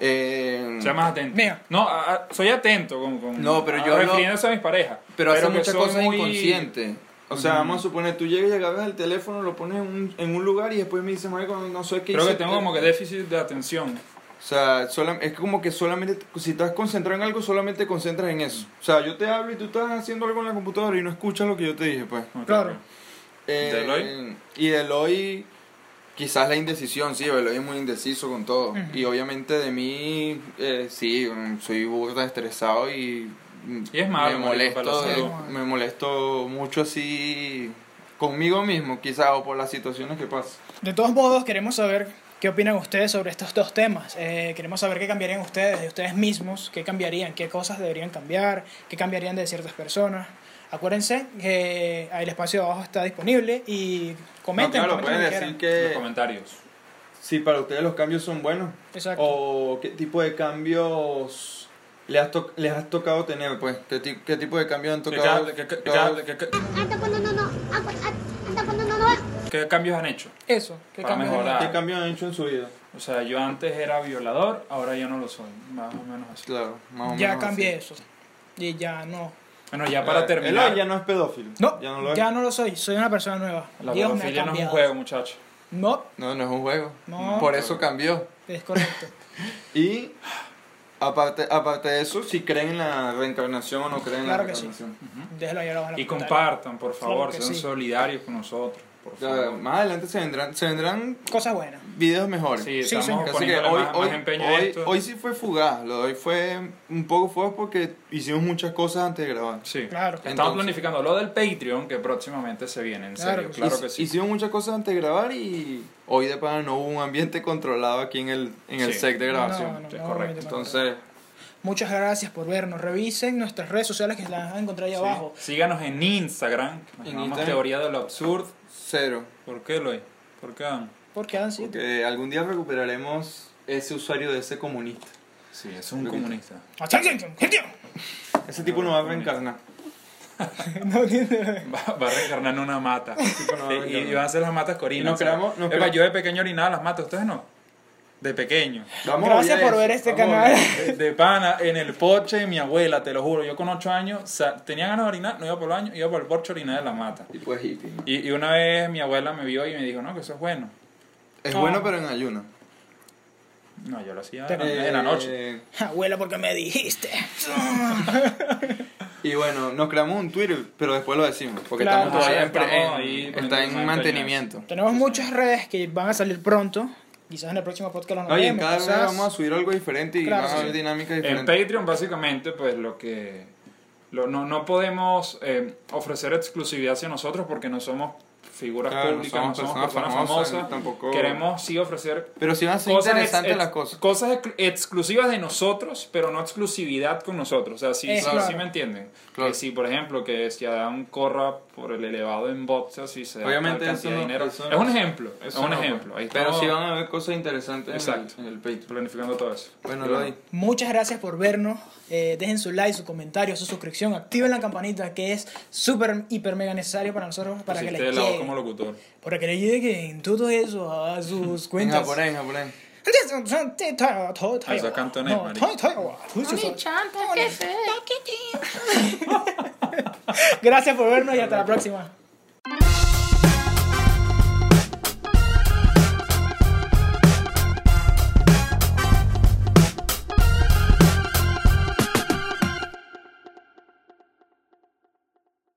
[SPEAKER 3] eh,
[SPEAKER 2] Sea más atento.
[SPEAKER 1] Mira.
[SPEAKER 2] No, a- a- soy atento con, con-
[SPEAKER 3] No, pero
[SPEAKER 2] a-
[SPEAKER 3] yo hablo-
[SPEAKER 2] refiriéndose a mis parejas.
[SPEAKER 3] Pero, hace
[SPEAKER 2] que
[SPEAKER 3] muchas
[SPEAKER 2] soy
[SPEAKER 3] cosas
[SPEAKER 2] muy-
[SPEAKER 3] inconscientes. O sea, vamos a suponer, tú llegas y agarras el teléfono, lo pones en un, en un lugar y después me dices, marico, no sé qué
[SPEAKER 2] Creo que
[SPEAKER 3] hice".
[SPEAKER 2] tengo como que déficit de atención.
[SPEAKER 3] O sea, solam- es como que solamente, si estás concentrado en algo, solamente te concentras en eso. O sea, yo te hablo y tú estás haciendo algo en la computadora y no escuchas lo que yo te dije, pues.
[SPEAKER 2] Ok,
[SPEAKER 1] Claro.
[SPEAKER 2] ok.
[SPEAKER 3] Eh,
[SPEAKER 2] ¿De Eloy?
[SPEAKER 3] Y de Eloy, quizás la indecisión, sí, Eloy es muy indeciso con todo. Y obviamente de mí, eh, sí, mm, soy burda, estresado y, mm,
[SPEAKER 2] Y es malo,
[SPEAKER 3] me
[SPEAKER 2] marico, para la
[SPEAKER 3] molesto, de-
[SPEAKER 1] salud.
[SPEAKER 3] me molesto mucho así conmigo mismo, quizás, o por las situaciones que pasan.
[SPEAKER 1] De todos modos, queremos saber qué opinan ustedes sobre estos dos temas. Eh, queremos saber qué cambiarían ustedes, de ustedes mismos, qué cambiarían, qué cosas deberían cambiar, qué cambiarían de ciertas personas. Acuérdense que eh, el espacio de abajo está disponible y comenten.
[SPEAKER 3] No,
[SPEAKER 1] comenten
[SPEAKER 3] claro, pueden
[SPEAKER 1] lo que
[SPEAKER 3] decir
[SPEAKER 1] quieran.
[SPEAKER 2] En los
[SPEAKER 3] que
[SPEAKER 2] comentarios.
[SPEAKER 3] si para ustedes los cambios son buenos.
[SPEAKER 1] Exacto.
[SPEAKER 3] O qué tipo de cambios les has, to- les has tocado tener, pues. ¿Qué, ti- qué tipo de cambios han
[SPEAKER 2] ¿Qué
[SPEAKER 3] tocado?
[SPEAKER 2] ca- qué- qué-
[SPEAKER 3] tocado-
[SPEAKER 2] qué- qué-
[SPEAKER 4] Anda cuando no, no, agua, anda cuando no, no.
[SPEAKER 2] qué cambios han hecho?
[SPEAKER 1] Eso, qué
[SPEAKER 2] para
[SPEAKER 1] cambiarían.
[SPEAKER 2] mejorar.
[SPEAKER 3] ¿Qué cambios han hecho en su vida?
[SPEAKER 2] O sea, yo antes era violador, ahora ya no lo soy. Más o menos así.
[SPEAKER 3] Claro, más o menos.
[SPEAKER 1] Ya
[SPEAKER 3] así.
[SPEAKER 1] cambié eso. Y ya no.
[SPEAKER 2] Bueno, ya
[SPEAKER 3] Eh,
[SPEAKER 2] para
[SPEAKER 3] Eloy
[SPEAKER 2] terminar,
[SPEAKER 3] ya no es pedófilo.
[SPEAKER 1] No,
[SPEAKER 3] ya no lo es.
[SPEAKER 1] lo soy. Soy una persona nueva.
[SPEAKER 2] la
[SPEAKER 1] Dios me ha
[SPEAKER 2] pedofilia no es un
[SPEAKER 1] cambiado.
[SPEAKER 2] juego, muchachos.
[SPEAKER 1] No,
[SPEAKER 3] No, no es un juego.
[SPEAKER 1] No.
[SPEAKER 3] Mm, Por e- eso cambió.
[SPEAKER 1] es correcto.
[SPEAKER 3] Y aparte, aparte de eso, si creen en la reencarnación o no creen en la
[SPEAKER 1] Claro que sí.
[SPEAKER 3] reencarnación.
[SPEAKER 1] Déjalo ahí abajo en la
[SPEAKER 2] Y
[SPEAKER 1] pantalla.
[SPEAKER 2] compartan, por favor,
[SPEAKER 1] Claro que
[SPEAKER 2] sean
[SPEAKER 1] sí.
[SPEAKER 2] solidarios con nosotros. Por
[SPEAKER 3] Ya,
[SPEAKER 2] favor.
[SPEAKER 3] más adelante se vendrán, se vendrán
[SPEAKER 1] Cosas buenas.
[SPEAKER 3] videos mejores.
[SPEAKER 2] Sí,
[SPEAKER 1] Sí,
[SPEAKER 2] estamos
[SPEAKER 1] sí.
[SPEAKER 3] Así que
[SPEAKER 2] poniéndole
[SPEAKER 3] hoy,
[SPEAKER 2] más,
[SPEAKER 3] hoy,
[SPEAKER 2] más empeño a
[SPEAKER 3] hoy,
[SPEAKER 2] esto.
[SPEAKER 3] hoy sí fue fugaz, lo de hoy fue un poco fugaz porque hicimos muchas cosas antes de grabar.
[SPEAKER 2] Sí.
[SPEAKER 1] Claro.
[SPEAKER 2] Estamos
[SPEAKER 3] Entonces-
[SPEAKER 2] planificando lo del Patreon que próximamente se viene, en
[SPEAKER 1] Claro
[SPEAKER 2] serio,
[SPEAKER 1] que sí.
[SPEAKER 2] claro
[SPEAKER 3] Hic-
[SPEAKER 2] que sí.
[SPEAKER 3] Hicimos muchas cosas antes de grabar y hoy de pana no hubo un ambiente controlado aquí en el, en el
[SPEAKER 2] Sí.
[SPEAKER 3] set de grabación.
[SPEAKER 1] No, no,
[SPEAKER 2] sí,
[SPEAKER 1] no,
[SPEAKER 2] correcto.
[SPEAKER 1] no, no, no.
[SPEAKER 3] Entonces,
[SPEAKER 1] Muchas gracias por vernos. Revisen nuestras redes sociales que las van a encontrar ahí
[SPEAKER 2] Sí.
[SPEAKER 1] abajo.
[SPEAKER 2] Síganos en Instagram, que nos
[SPEAKER 3] En
[SPEAKER 2] llamamos
[SPEAKER 3] Instagram.
[SPEAKER 2] Teoría de lo Absurdo.
[SPEAKER 3] cero.
[SPEAKER 2] ¿Por qué, Loy? ¿Por qué? Dan?
[SPEAKER 1] Porque han sido.
[SPEAKER 3] Porque algún día recuperaremos ese usuario de ese comunista.
[SPEAKER 2] Sí, es un
[SPEAKER 3] Lo que-
[SPEAKER 2] comunista. Ah,
[SPEAKER 3] Ese tipo no va a reencarnar.
[SPEAKER 1] No entiendo.
[SPEAKER 2] Va, va a reencarnar en una mata.
[SPEAKER 3] pues, no va a
[SPEAKER 2] Y- y,
[SPEAKER 3] reencarnar.
[SPEAKER 2] van a ser las matas corinas.
[SPEAKER 3] Nos
[SPEAKER 2] ¿sabes?
[SPEAKER 3] creamos- nos
[SPEAKER 2] Epa,
[SPEAKER 3] creamos-
[SPEAKER 2] yo de pequeño orinaba las matas, ustedes no. De pequeño.
[SPEAKER 3] Vamos a
[SPEAKER 1] Gracias
[SPEAKER 3] obviar
[SPEAKER 1] por ver
[SPEAKER 3] eso,
[SPEAKER 1] este
[SPEAKER 3] vamos a obviar
[SPEAKER 1] canal.
[SPEAKER 2] De, de pana, en el porche de mi abuela, te lo juro. Yo con 8 años sa- tenía ganas de orinar, no iba por el baño, iba por el porche a orinar de la mata.
[SPEAKER 3] eso. Y pues hippie.
[SPEAKER 2] Y, y una vez mi abuela me vio y me dijo, no, que eso es bueno.
[SPEAKER 3] Es
[SPEAKER 1] Ah.
[SPEAKER 3] bueno, pero en ayuno.
[SPEAKER 2] No, yo lo hacía a
[SPEAKER 1] Te-
[SPEAKER 2] las nueve de la noche.
[SPEAKER 3] Eh,
[SPEAKER 1] Abuela, porque me dijiste.
[SPEAKER 3] Y bueno, nos creamos un Twitter, pero después lo decimos. Porque
[SPEAKER 1] Claro.
[SPEAKER 3] estamos todavía en, pre-
[SPEAKER 2] Estamos
[SPEAKER 3] en-
[SPEAKER 2] ahí
[SPEAKER 3] está en
[SPEAKER 2] poniendo
[SPEAKER 3] mantenimiento.
[SPEAKER 1] Tenemos muchas redes que van a salir pronto. Quizás en el próximo podcast lo
[SPEAKER 3] Oye, en
[SPEAKER 1] nombremos,
[SPEAKER 3] cada vez
[SPEAKER 1] quizás.
[SPEAKER 3] vamos a subir algo diferente y
[SPEAKER 1] Claro,
[SPEAKER 3] van a
[SPEAKER 1] sí.
[SPEAKER 3] haber dinámicas
[SPEAKER 2] En
[SPEAKER 3] diferentes.
[SPEAKER 2] Patreon, básicamente, pues lo que... lo- no, no podemos eh, ofrecer exclusividad hacia nosotros porque no somos figuras
[SPEAKER 3] Claro, no
[SPEAKER 2] públicas, no
[SPEAKER 3] somos
[SPEAKER 2] somos,
[SPEAKER 3] personas
[SPEAKER 2] personas
[SPEAKER 3] famosas,
[SPEAKER 2] famosas.
[SPEAKER 3] tampoco-
[SPEAKER 2] Queremos sí ofrecer
[SPEAKER 3] Pero sí van a ser
[SPEAKER 2] cosas
[SPEAKER 3] interesantes
[SPEAKER 2] ex-
[SPEAKER 3] las
[SPEAKER 2] ex-
[SPEAKER 3] cosas.
[SPEAKER 2] cosas exclu- exclusivas de nosotros, pero no exclusividad con nosotros. O sea, sí,
[SPEAKER 1] Eh,
[SPEAKER 2] sí,
[SPEAKER 1] claro.
[SPEAKER 2] sí me entienden.
[SPEAKER 3] Claro.
[SPEAKER 2] Que si, por ejemplo, que si Adán corra por el elevado en boxes y se da
[SPEAKER 3] Obviamente
[SPEAKER 2] tal cantidad
[SPEAKER 3] eso
[SPEAKER 2] de
[SPEAKER 3] no-
[SPEAKER 2] dinero.
[SPEAKER 3] eso
[SPEAKER 2] es
[SPEAKER 3] no-
[SPEAKER 2] un ejemplo, es un ejemplo. Ahí
[SPEAKER 3] pero
[SPEAKER 2] estamos
[SPEAKER 3] sí van a haber cosas interesantes en el-
[SPEAKER 2] Exacto.
[SPEAKER 3] en el Patreon.
[SPEAKER 2] planificando todo eso.
[SPEAKER 3] Bueno,
[SPEAKER 2] Pero-
[SPEAKER 3] Lodi,
[SPEAKER 1] Muchas gracias por vernos. Eh, dejen su like, su comentario, su suscripción. Activen la campanita que es súper, hiper, mega necesario para nosotros. Para que
[SPEAKER 2] Pusiste
[SPEAKER 1] les
[SPEAKER 2] la voz
[SPEAKER 1] llegue.
[SPEAKER 2] como locutor.
[SPEAKER 1] Para que le lleguen todo eso a sus
[SPEAKER 3] en
[SPEAKER 1] cuentas.
[SPEAKER 3] japonés, en japonés.
[SPEAKER 2] Eso es cantonés, marico.
[SPEAKER 1] Gracias por vernos y hasta la próxima.